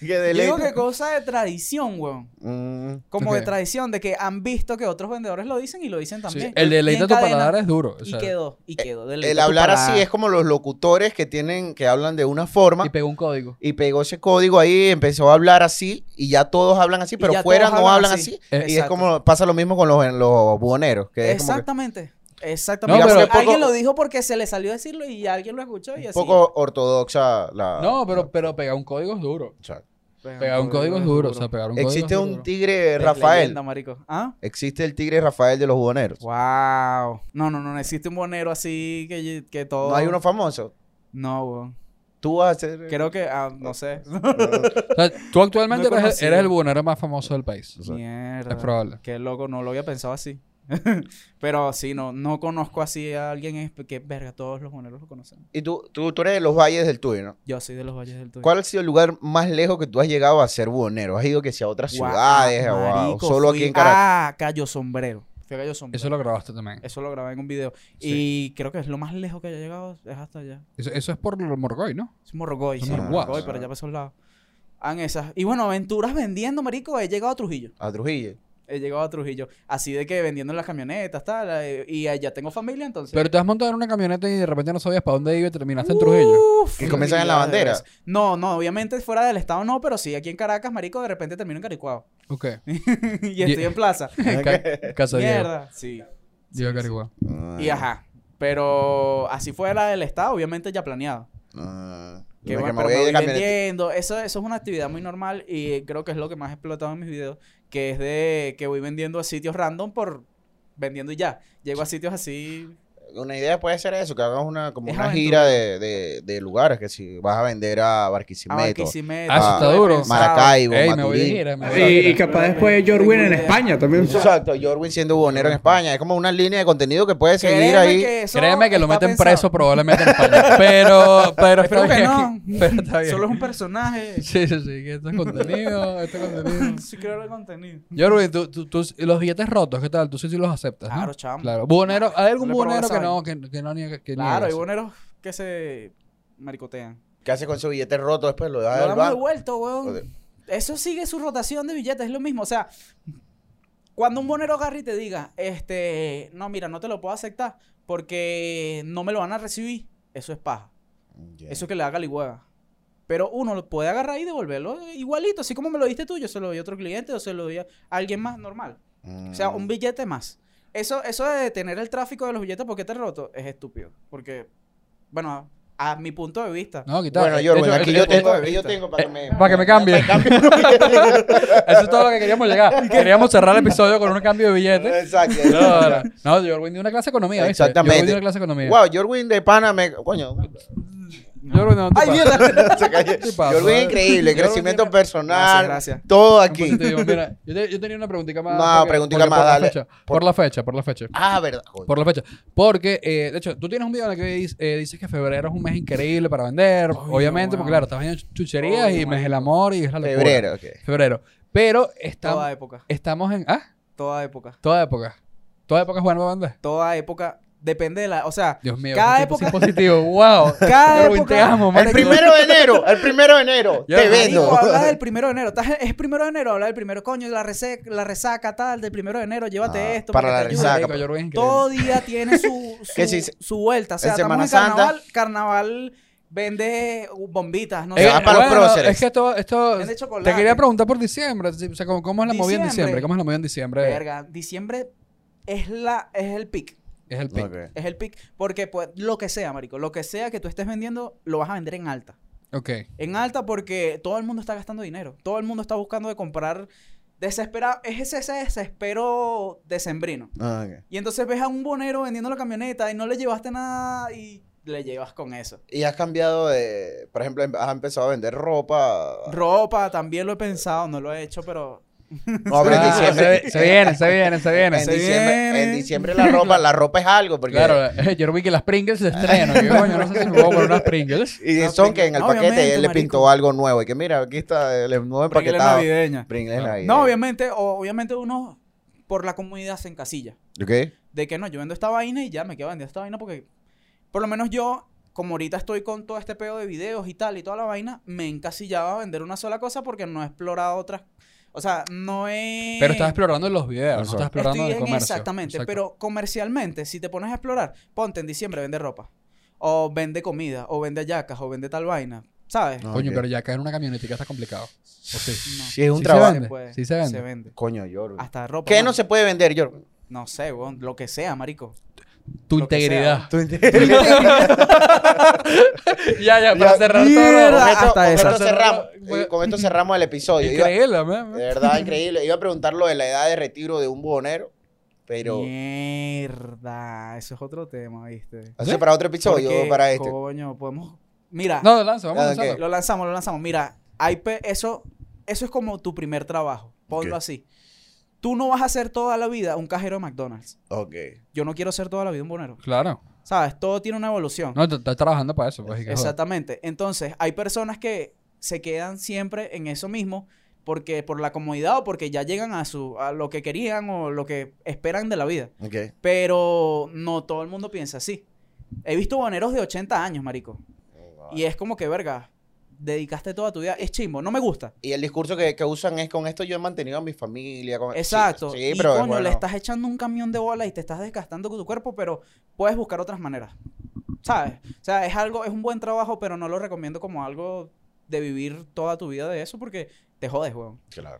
Speaker 4: que
Speaker 1: Yo
Speaker 4: deleita.
Speaker 1: digo que cosa de tradición, weón.
Speaker 4: Mm,
Speaker 1: Como
Speaker 2: Ok.
Speaker 1: de tradición, de que han visto que otros vendedores lo dicen y lo dicen
Speaker 2: Sí,
Speaker 1: también.
Speaker 2: El
Speaker 1: Y
Speaker 2: deleita
Speaker 1: en
Speaker 2: tu
Speaker 1: cadena.
Speaker 2: paladar es duro. o
Speaker 1: Y
Speaker 2: sea,
Speaker 1: quedó, y quedó. deleita
Speaker 4: el
Speaker 1: tu
Speaker 4: hablar así
Speaker 1: palabra.
Speaker 4: es como los locutores que tienen, que hablan de una forma
Speaker 2: y pegó un código.
Speaker 4: y pegó ese código ahí, empezó a hablar así y ya todos hablan así,
Speaker 1: Y
Speaker 4: pero
Speaker 1: ya
Speaker 4: fuera
Speaker 1: todos
Speaker 4: no hablan así.
Speaker 2: Eh,
Speaker 4: Y es
Speaker 1: Exacto.
Speaker 4: como, pasa lo mismo con los, en los buhoneros. Que es como que
Speaker 1: Exactamente.
Speaker 2: No,
Speaker 1: Exactamente.
Speaker 2: pero-
Speaker 1: Porque alguien
Speaker 4: poco-
Speaker 1: lo dijo porque se le salió decirlo y alguien lo escuchó y
Speaker 4: un
Speaker 1: así.
Speaker 4: poco ortodoxa la...
Speaker 2: No, pero, pero pegar un código es duro.
Speaker 4: o sea,
Speaker 2: Pegar un código es duro. O sea, pegar un
Speaker 4: existe
Speaker 2: código.
Speaker 4: un tigre
Speaker 1: Es
Speaker 4: Eh, Rafael.
Speaker 1: leyenda, marico. ¿Ah?
Speaker 4: Existe el tigre Rafael de los buhoneros.
Speaker 1: Wow. No, no, no, no existe un bonero así que, que todo.
Speaker 4: No hay uno famoso.
Speaker 1: No, weón.
Speaker 4: Tú vas a ser...
Speaker 1: Creo que, ah, no sé.
Speaker 2: O sea, tú actualmente
Speaker 1: No he
Speaker 2: eres,
Speaker 1: conocido.
Speaker 2: eres el buhonero más famoso del país.
Speaker 1: Mierda.
Speaker 2: Es probable.
Speaker 1: Qué loco, no lo había pensado así. Pero sí, no, no conozco así a alguien es- que, verga, todos los boneros lo conocen.
Speaker 4: Y tú, tú, tú eres de los valles del Tuy, ¿no?
Speaker 1: Yo soy de los Valles del Tuy.
Speaker 4: ¿Cuál ha sido el lugar más lejos que tú has llegado a ser buhonero? ¿Has ido que sea a otras
Speaker 1: Guau,
Speaker 4: ciudades o a- o
Speaker 1: marico,
Speaker 4: solo
Speaker 1: fui
Speaker 4: aquí en Caracas?
Speaker 1: a Cayo Sombrero. Fui a Cayo Sombrero.
Speaker 2: Eso lo grabaste también.
Speaker 1: Eso lo grabé en un video. Y creo que es lo más lejos que haya llegado es hasta allá.
Speaker 2: Eso, eso es por Morgoy, ¿no?
Speaker 1: Es Morrocoy, sí,
Speaker 2: Ah,
Speaker 1: Morrocoy,
Speaker 4: sí.
Speaker 1: pero allá para esos lados. Hagan esas. Y bueno, aventuras vendiendo, marico. He llegado a Trujillo.
Speaker 4: A Trujillo.
Speaker 1: He llegado a Trujillo. Así de que vendiendo en las camionetas, tal. eh, Y allá tengo familia, entonces.
Speaker 2: Pero te has montado en una camioneta y de repente no sabías para dónde iba y terminaste en Trujillo.
Speaker 1: Uf,
Speaker 4: Que comienzan en la
Speaker 1: millones de
Speaker 4: bandera.
Speaker 1: veces. No, no, obviamente fuera del estado no, pero sí, aquí en Caracas, marico, de repente termino en Caricuao.
Speaker 2: Ok.
Speaker 1: y estoy en plaza.
Speaker 2: En ca- casa de Diego.
Speaker 1: Mierda. Sí.
Speaker 2: Diego Carigua.
Speaker 4: Ah,
Speaker 1: Y ajá. Pero así fuera del estado, obviamente ya planeado.
Speaker 4: ah.
Speaker 1: Que
Speaker 4: Me-
Speaker 1: bueno,
Speaker 4: me
Speaker 1: pero me
Speaker 4: voy a ir de
Speaker 1: voy
Speaker 4: camioneta.
Speaker 1: vendiendo. Eso, eso es una actividad muy normal y creo que es lo que más he explotado en mis videos, que es de que voy vendiendo a sitios random por vendiendo y ya. Llego a sitios así.
Speaker 4: Una idea puede ser eso, que hagas una, como
Speaker 1: Es
Speaker 4: una
Speaker 1: aventura.
Speaker 4: gira de, de, de lugares, que si vas a vender a
Speaker 1: A
Speaker 4: Barquisimeto,
Speaker 1: Barquisimeto.
Speaker 2: Ah, eso está duro.
Speaker 4: Maracaibo,
Speaker 2: Ey, me voy de
Speaker 4: Maturín.
Speaker 2: gira, me voy de
Speaker 3: Y, y
Speaker 2: gira.
Speaker 3: capaz después Jorwin en España también.
Speaker 4: Exacto, Jorwin siendo buhonero en España. Es como una línea de contenido que puedes seguir
Speaker 1: Créeme
Speaker 4: ahí.
Speaker 1: que eso
Speaker 2: Créeme que lo
Speaker 1: está
Speaker 2: meten
Speaker 1: pensado.
Speaker 2: preso probablemente en España. Pero, pero está
Speaker 1: Espero que no.
Speaker 2: bien. Pero está bien.
Speaker 1: Solo es un personaje.
Speaker 2: Sí, sí, sí. Que esto es contenido, esto es contenido.
Speaker 1: Sí quiero el contenido.
Speaker 2: Jorwin, tú, tú, tú- los billetes rotos, ¿qué tal? Tú sí, sí los aceptas, ¿no?
Speaker 1: Claro, chamo.
Speaker 2: Claro. Buhonero, ¿hay algún
Speaker 1: No le
Speaker 2: buhonero que
Speaker 1: provoca
Speaker 2: no, que, que no niega? Que
Speaker 1: Claro,
Speaker 2: niega
Speaker 1: hay
Speaker 2: eso?
Speaker 1: boneros que se maricotean.
Speaker 4: ¿Qué haces con su billete roto después? Lo dejas
Speaker 1: lo
Speaker 4: al
Speaker 1: damos de
Speaker 4: banco.
Speaker 1: vuelto, weón.
Speaker 4: Joder.
Speaker 1: Eso sigue su rotación de billetes, es lo mismo. O sea, cuando un bonero agarre y te diga, este, no, mira, no te lo puedo aceptar porque no me lo van a recibir, eso es paja.
Speaker 4: Ya.
Speaker 1: Eso que le haga ligüeva. Pero uno lo puede agarrar y devolverlo igualito, así como me lo diste tú, yo se lo doy a otro cliente o se lo doy a alguien más normal. O sea,
Speaker 4: Mm.
Speaker 1: un billete más. Eso, eso de detener el tráfico de los billetes porque te roto es estúpido. Porque, bueno, a mi punto de vista.
Speaker 2: No, quitar.
Speaker 4: Bueno,
Speaker 2: De
Speaker 4: yo,
Speaker 2: hecho,
Speaker 4: aquí
Speaker 2: el-
Speaker 4: yo
Speaker 2: el- Eh,
Speaker 4: tengo,
Speaker 1: punto de
Speaker 4: aquí yo
Speaker 1: vista.
Speaker 4: tengo para que me...
Speaker 2: Para que me cambie. Eso es todo lo que queríamos llegar. Queríamos cerrar el episodio con un cambio de billete.
Speaker 4: Exacto.
Speaker 2: No, no, no, Jorwin dio una clase de economía. ¿viste?
Speaker 4: Exactamente.
Speaker 2: Jorwin dio una clase de economía.
Speaker 4: Wow, Jorwin de pana me... Coño.
Speaker 2: Jorwin, no, te
Speaker 1: ¡Ay,
Speaker 2: pases.
Speaker 1: mierda!
Speaker 4: Se cayó.
Speaker 2: ¿Qué pasó?
Speaker 4: Jorwin increíble.
Speaker 2: Jorwin
Speaker 4: crecimiento
Speaker 2: tiene-
Speaker 4: personal.
Speaker 1: Gracias, gracias.
Speaker 4: Todo
Speaker 2: Entonces
Speaker 4: aquí.
Speaker 2: te digo, mira, yo, te- yo tenía una preguntita más.
Speaker 4: No, preguntita más,
Speaker 2: por
Speaker 4: dale.
Speaker 2: La fecha, por la fecha, por la fecha.
Speaker 4: Ah, verdad. coño.
Speaker 2: Por la fecha. Porque, eh, de hecho, tú tienes un video en el que dices, eh, dices que febrero es un mes increíble para vender. obviamente,
Speaker 1: weón.
Speaker 2: porque claro, estás vendiendo chucherías
Speaker 1: Obvio,
Speaker 2: y mes
Speaker 1: marico.
Speaker 2: el amor y es la locura.
Speaker 4: Febrero. ok.
Speaker 2: Febrero. Pero
Speaker 1: Toda
Speaker 2: estamos,
Speaker 1: época.
Speaker 2: estamos en. Ah,
Speaker 1: Toda época.
Speaker 2: toda época. Toda época es buena para vender.
Speaker 1: Toda época. Depende de la. O sea,
Speaker 2: Dios mío.
Speaker 1: Cada
Speaker 2: qué tipo
Speaker 1: época-
Speaker 2: sin positivo. ¡Wow!
Speaker 1: Cada
Speaker 2: Darwin,
Speaker 1: época-
Speaker 2: te amo,
Speaker 4: El
Speaker 2: marico.
Speaker 4: primero de enero. El primero de enero.
Speaker 2: Ya,
Speaker 4: Te
Speaker 1: Marico,
Speaker 4: vendo.
Speaker 1: habla del primero de enero. Estás- Es primero de enero, habla del primero. Coño, la, rese- la resaca tal, del primero de enero, llévate
Speaker 4: Ah,
Speaker 1: esto.
Speaker 4: para
Speaker 1: porque
Speaker 4: la
Speaker 1: te ayuda.
Speaker 4: resaca.
Speaker 2: Marico, Jorwin es increíble.
Speaker 1: Todo día tiene su, su,
Speaker 4: Que si se-
Speaker 1: su vuelta. O sea,
Speaker 4: en
Speaker 1: estamos en
Speaker 4: Semana
Speaker 1: carnaval. Carnaval vende bombitas, no
Speaker 4: Te
Speaker 2: Eh,
Speaker 1: sé.
Speaker 4: vas para los próceres.
Speaker 2: Es que esto, esto
Speaker 1: Vende chocolate.
Speaker 2: te quería preguntar por diciembre. O sea, ¿cómo, cómo es la movida en
Speaker 1: Diciembre.
Speaker 2: diciembre? ¿Cómo es la movida en diciembre?
Speaker 1: Verga, diciembre es, la, es el pic.
Speaker 2: Es el pick.
Speaker 4: Ok.
Speaker 1: Es el pic. Porque pues, lo que sea, marico, lo que sea que tú estés vendiendo, lo vas a vender en alta.
Speaker 2: Ok.
Speaker 1: En alta porque todo el mundo está gastando dinero. Todo el mundo está buscando de comprar desesperado. Es ese, ese desespero decembrino.
Speaker 4: Ah, ok.
Speaker 1: Y entonces ves a un bonero vendiendo la camioneta y no le llevaste nada y le llevas con eso.
Speaker 4: Y has cambiado de... Por ejemplo, em, has empezado a vender ropa.
Speaker 1: Ropa, también lo he pensado, no lo he hecho, pero...
Speaker 4: No, pero en
Speaker 2: Ah,
Speaker 4: diciembre...
Speaker 2: se, se viene, se viene, se viene.
Speaker 4: En
Speaker 1: Se
Speaker 4: diciembre, en
Speaker 1: viene.
Speaker 4: diciembre la ropa, la ropa es algo, porque
Speaker 2: Claro, eh, yo vi que las Pringles se estrenan. Yo, coño, no sé si me voy a poner unas Pringles.
Speaker 4: y
Speaker 1: No, Pringles.
Speaker 4: son que en el
Speaker 1: No,
Speaker 4: paquete
Speaker 1: obviamente,
Speaker 4: él le
Speaker 1: marico.
Speaker 4: pintó algo nuevo y que mira, aquí está el nuevo
Speaker 1: Porque es
Speaker 4: empaquetado. Eh.
Speaker 1: navideña.
Speaker 4: Pringles
Speaker 2: Claro.
Speaker 4: navideño.
Speaker 1: No, obviamente, o- obviamente uno por la comunidad se encasilla.
Speaker 4: ¿Ok?
Speaker 1: De que no, yo vendo esta vaina y ya me quedo vendiendo esta vaina porque... Por lo menos yo, como ahorita estoy con todo este pedo de videos y tal y toda la vaina, me encasillaba a vender una sola cosa porque no he explorado otras... O sea, no he...
Speaker 2: Pero estás explorando los videos,
Speaker 4: Eso.
Speaker 2: no estás explorando
Speaker 1: Estoy
Speaker 2: el
Speaker 1: en-
Speaker 2: comercio.
Speaker 1: Exactamente,
Speaker 2: Exacto.
Speaker 1: pero comercialmente, si te pones a explorar, ponte en diciembre, vende ropa, o vende comida, o vende yacas, o vende tal vaina, ¿sabes?
Speaker 4: No,
Speaker 2: Coño,
Speaker 4: Ok.
Speaker 2: pero ya caer en una camionetica está complicado. ¿O sí?
Speaker 1: No.
Speaker 4: Si es un
Speaker 2: Sí se
Speaker 4: trabajo.
Speaker 2: vende,
Speaker 1: puede,
Speaker 2: sí se vende.
Speaker 4: Coño, yo.
Speaker 1: pues. Hasta ropa.
Speaker 4: ¿Qué
Speaker 1: mano.
Speaker 4: no se puede vender, yo?
Speaker 1: No sé, weón, lo que sea, marico.
Speaker 2: Tu
Speaker 1: Lo que sea.
Speaker 2: integridad.
Speaker 1: Mierda,
Speaker 2: ya, ya, para
Speaker 4: Ya.
Speaker 2: cerrar todo.
Speaker 1: Mierda.
Speaker 4: Con esto,
Speaker 1: hasta
Speaker 4: con
Speaker 1: esa.
Speaker 4: esto cerramos,
Speaker 2: Bueno.
Speaker 4: eh, con esto cerramos el episodio. Iba-
Speaker 2: Increíble, man.
Speaker 4: de verdad, increíble. Iba a preguntar lo de la edad de retiro de un buhonero, pero...
Speaker 1: Mierda, eso es otro tema, ¿viste?
Speaker 4: Eso es para otro episodio
Speaker 1: Porque,
Speaker 4: o para este.
Speaker 1: Coño, podemos. Mira,
Speaker 2: No, lanza, vamos
Speaker 4: Ah,
Speaker 2: a
Speaker 4: ok.
Speaker 2: lanzarlo.
Speaker 1: lo lanzamos, lo lanzamos. Mira, hay pe- eso, eso es como tu primer trabajo, ponlo
Speaker 4: Ok.
Speaker 1: así. Tú no vas a ser toda la vida un cajero de McDonald's.
Speaker 4: Ok.
Speaker 1: Yo no quiero ser toda la vida un bonero.
Speaker 2: Claro.
Speaker 1: ¿Sabes? Todo tiene una evolución.
Speaker 2: No, t- estás trabajando para eso. Pues, y que joder.
Speaker 1: Exactamente. Entonces, hay personas que se quedan siempre en eso mismo porque por la comodidad o porque ya llegan a su a lo que querían o lo que esperan de la vida.
Speaker 4: Ok.
Speaker 1: Pero no todo el mundo piensa así. He visto boneros de 80 años, marico, y es como que verga, dedicaste toda tu vida, es chimbo, no me gusta.
Speaker 4: Y el discurso que, que usan es con esto yo he mantenido a mi familia. Con... Sí,
Speaker 1: Exacto.
Speaker 4: Sí,
Speaker 1: y
Speaker 4: pero
Speaker 1: coño,
Speaker 4: bueno,
Speaker 1: le estás echando un camión de bola y te estás desgastando con tu cuerpo, pero puedes buscar otras maneras. ¿Sabes? O sea, es algo, es un buen trabajo, pero no lo recomiendo como algo de vivir toda tu vida de eso porque te jodes, weón.
Speaker 4: Claro.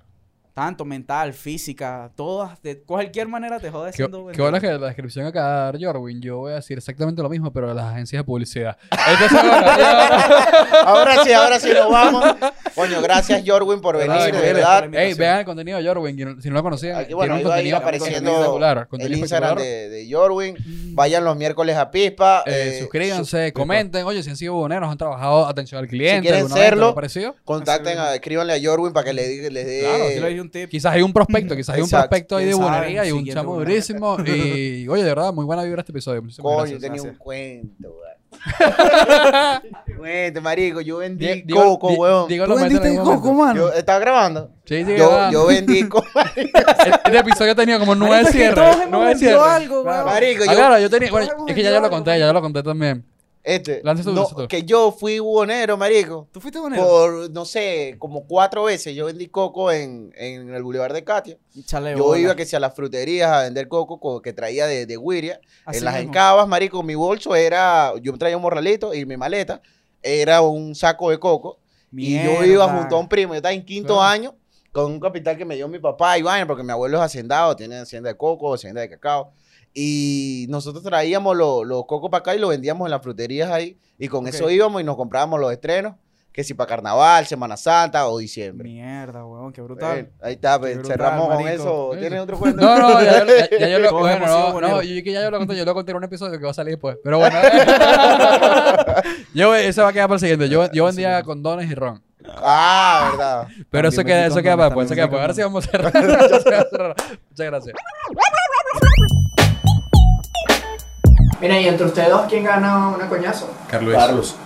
Speaker 1: Tanto mental, física, todas, de cualquier manera te jodes
Speaker 2: Qué,
Speaker 1: siendo
Speaker 2: qué bueno
Speaker 1: vendedor.
Speaker 2: que la descripción que acaba de dar Jorwin. Yo voy a decir exactamente lo mismo, pero de las agencias de publicidad. Entonces, bueno, ya-
Speaker 4: Ahora sí, ahora sí nos vamos. Coño, gracias, Jorwin, por
Speaker 2: Ay,
Speaker 4: venir, de
Speaker 2: increíble.
Speaker 4: verdad.
Speaker 2: Ey, vean el contenido de Jorwin. que no- Si no lo conocían,
Speaker 4: Aquí, bueno,
Speaker 2: tiene un
Speaker 4: ahí va a ir
Speaker 2: contenido
Speaker 4: apareciendo
Speaker 2: espectacular.
Speaker 4: El
Speaker 2: contenido
Speaker 4: Instagram
Speaker 2: espectacular.
Speaker 4: de, de Jorwin. Vayan los miércoles a Pispa.
Speaker 2: Eh,
Speaker 4: eh,
Speaker 2: suscríbanse,
Speaker 4: su-
Speaker 2: comenten. Oye, si han sido buhoneros, han trabajado atención al cliente.
Speaker 4: quieren
Speaker 2: alguna vez,
Speaker 4: serlo,
Speaker 2: algo parecido.
Speaker 4: Contacten, a, escríbanle a Jorwin para que le diga- les dé.
Speaker 1: Claro, aquí le doy un tip.
Speaker 2: Quizás hay un prospecto, quizás hay un
Speaker 4: Exacto.
Speaker 2: prospecto ahí de
Speaker 1: ¿Quién sabe?
Speaker 2: buhonería y un
Speaker 1: Siguiente
Speaker 2: chamo
Speaker 1: buhonero.
Speaker 2: durísimo. Y oye, de verdad, muy buena vibra este episodio. Muchísimas
Speaker 4: Coño,
Speaker 2: gracias.
Speaker 4: tenía un
Speaker 1: gracias.
Speaker 4: cuento, weón. Cuento, marico, yo vendí
Speaker 2: Di- digo-
Speaker 4: coco,
Speaker 2: di-
Speaker 4: weón.
Speaker 2: digo los metes en algún momento.
Speaker 4: Yo- ¿Estaba grabando?
Speaker 2: Sí, sí,
Speaker 4: Yo,
Speaker 2: ¿verdad?
Speaker 4: yo vendí coco.
Speaker 2: Este episodio tenía como nueve
Speaker 1: Marico, es que
Speaker 2: cierres.
Speaker 1: todos hemos
Speaker 2: nueve
Speaker 1: vendido
Speaker 2: cierres.
Speaker 1: algo, weón.
Speaker 4: Marico,
Speaker 2: Ah,
Speaker 4: yo-
Speaker 2: claro, yo tenía. Bueno,
Speaker 1: Todos
Speaker 2: es que ya yo
Speaker 1: hemos
Speaker 2: lo
Speaker 1: vendido
Speaker 2: conté, ya yo lo conté también.
Speaker 4: Este,
Speaker 2: Lanza tú,
Speaker 4: no,
Speaker 2: lanza tú.
Speaker 4: que yo fui buhonero, marico.
Speaker 1: ¿Tú fuiste bonero?
Speaker 4: Por, no sé, como cuatro veces yo vendí coco en, en el Boulevard de Katia.
Speaker 1: Chale,
Speaker 4: Yo
Speaker 1: bola.
Speaker 4: iba que sea a las fruterías a vender coco co- que traía de, de Guiria.
Speaker 1: Así
Speaker 4: en las
Speaker 1: mismo.
Speaker 4: encabas, marico, mi bolso era, yo traía un morralito y mi maleta era un saco de coco. Y yo iba
Speaker 1: Mierda. Ah.
Speaker 4: junto a un primo, yo estaba en quinto
Speaker 2: Claro.
Speaker 4: año con un capital que me dio mi papá y vaina, porque mi abuelo es hacendado, tiene hacienda de coco, hacienda de cacao. Y nosotros traíamos lo- los cocos para acá y los vendíamos en las fruterías ahí. Y con
Speaker 1: Ok.
Speaker 4: eso íbamos y nos comprábamos los estrenos, que si para carnaval, Semana Santa o diciembre.
Speaker 1: Mierda, weón, qué brutal.
Speaker 4: Bueno, ahí está, pues,
Speaker 1: Qué brutal,
Speaker 4: cerramos con
Speaker 1: marico. Eh.
Speaker 4: eso. ¿Tienes otro cuento?
Speaker 2: No, no, ya, yo- ya- ya yo lo.
Speaker 1: Todo
Speaker 2: Bueno,
Speaker 1: demasiado
Speaker 2: no,
Speaker 1: bonero.
Speaker 2: no, yo, que ya yo lo conté, yo lo conté en un episodio que va a salir después. Pero bueno. yo, eso va a quedar para el siguiente. Yo, yo vendía condones y ron.
Speaker 4: Ah, verdad.
Speaker 2: Pero
Speaker 1: También
Speaker 2: eso queda,
Speaker 1: vendí
Speaker 2: eso queda para después.
Speaker 1: condones,
Speaker 2: Eso queda para. Ahora sí
Speaker 1: también
Speaker 2: vamos a cerrar. Eso queda para cerrar. Muchas gracias.
Speaker 3: Mira, y entre ustedes dos, ¿quién gana una coñazo?
Speaker 2: Carlos.
Speaker 4: Carlos.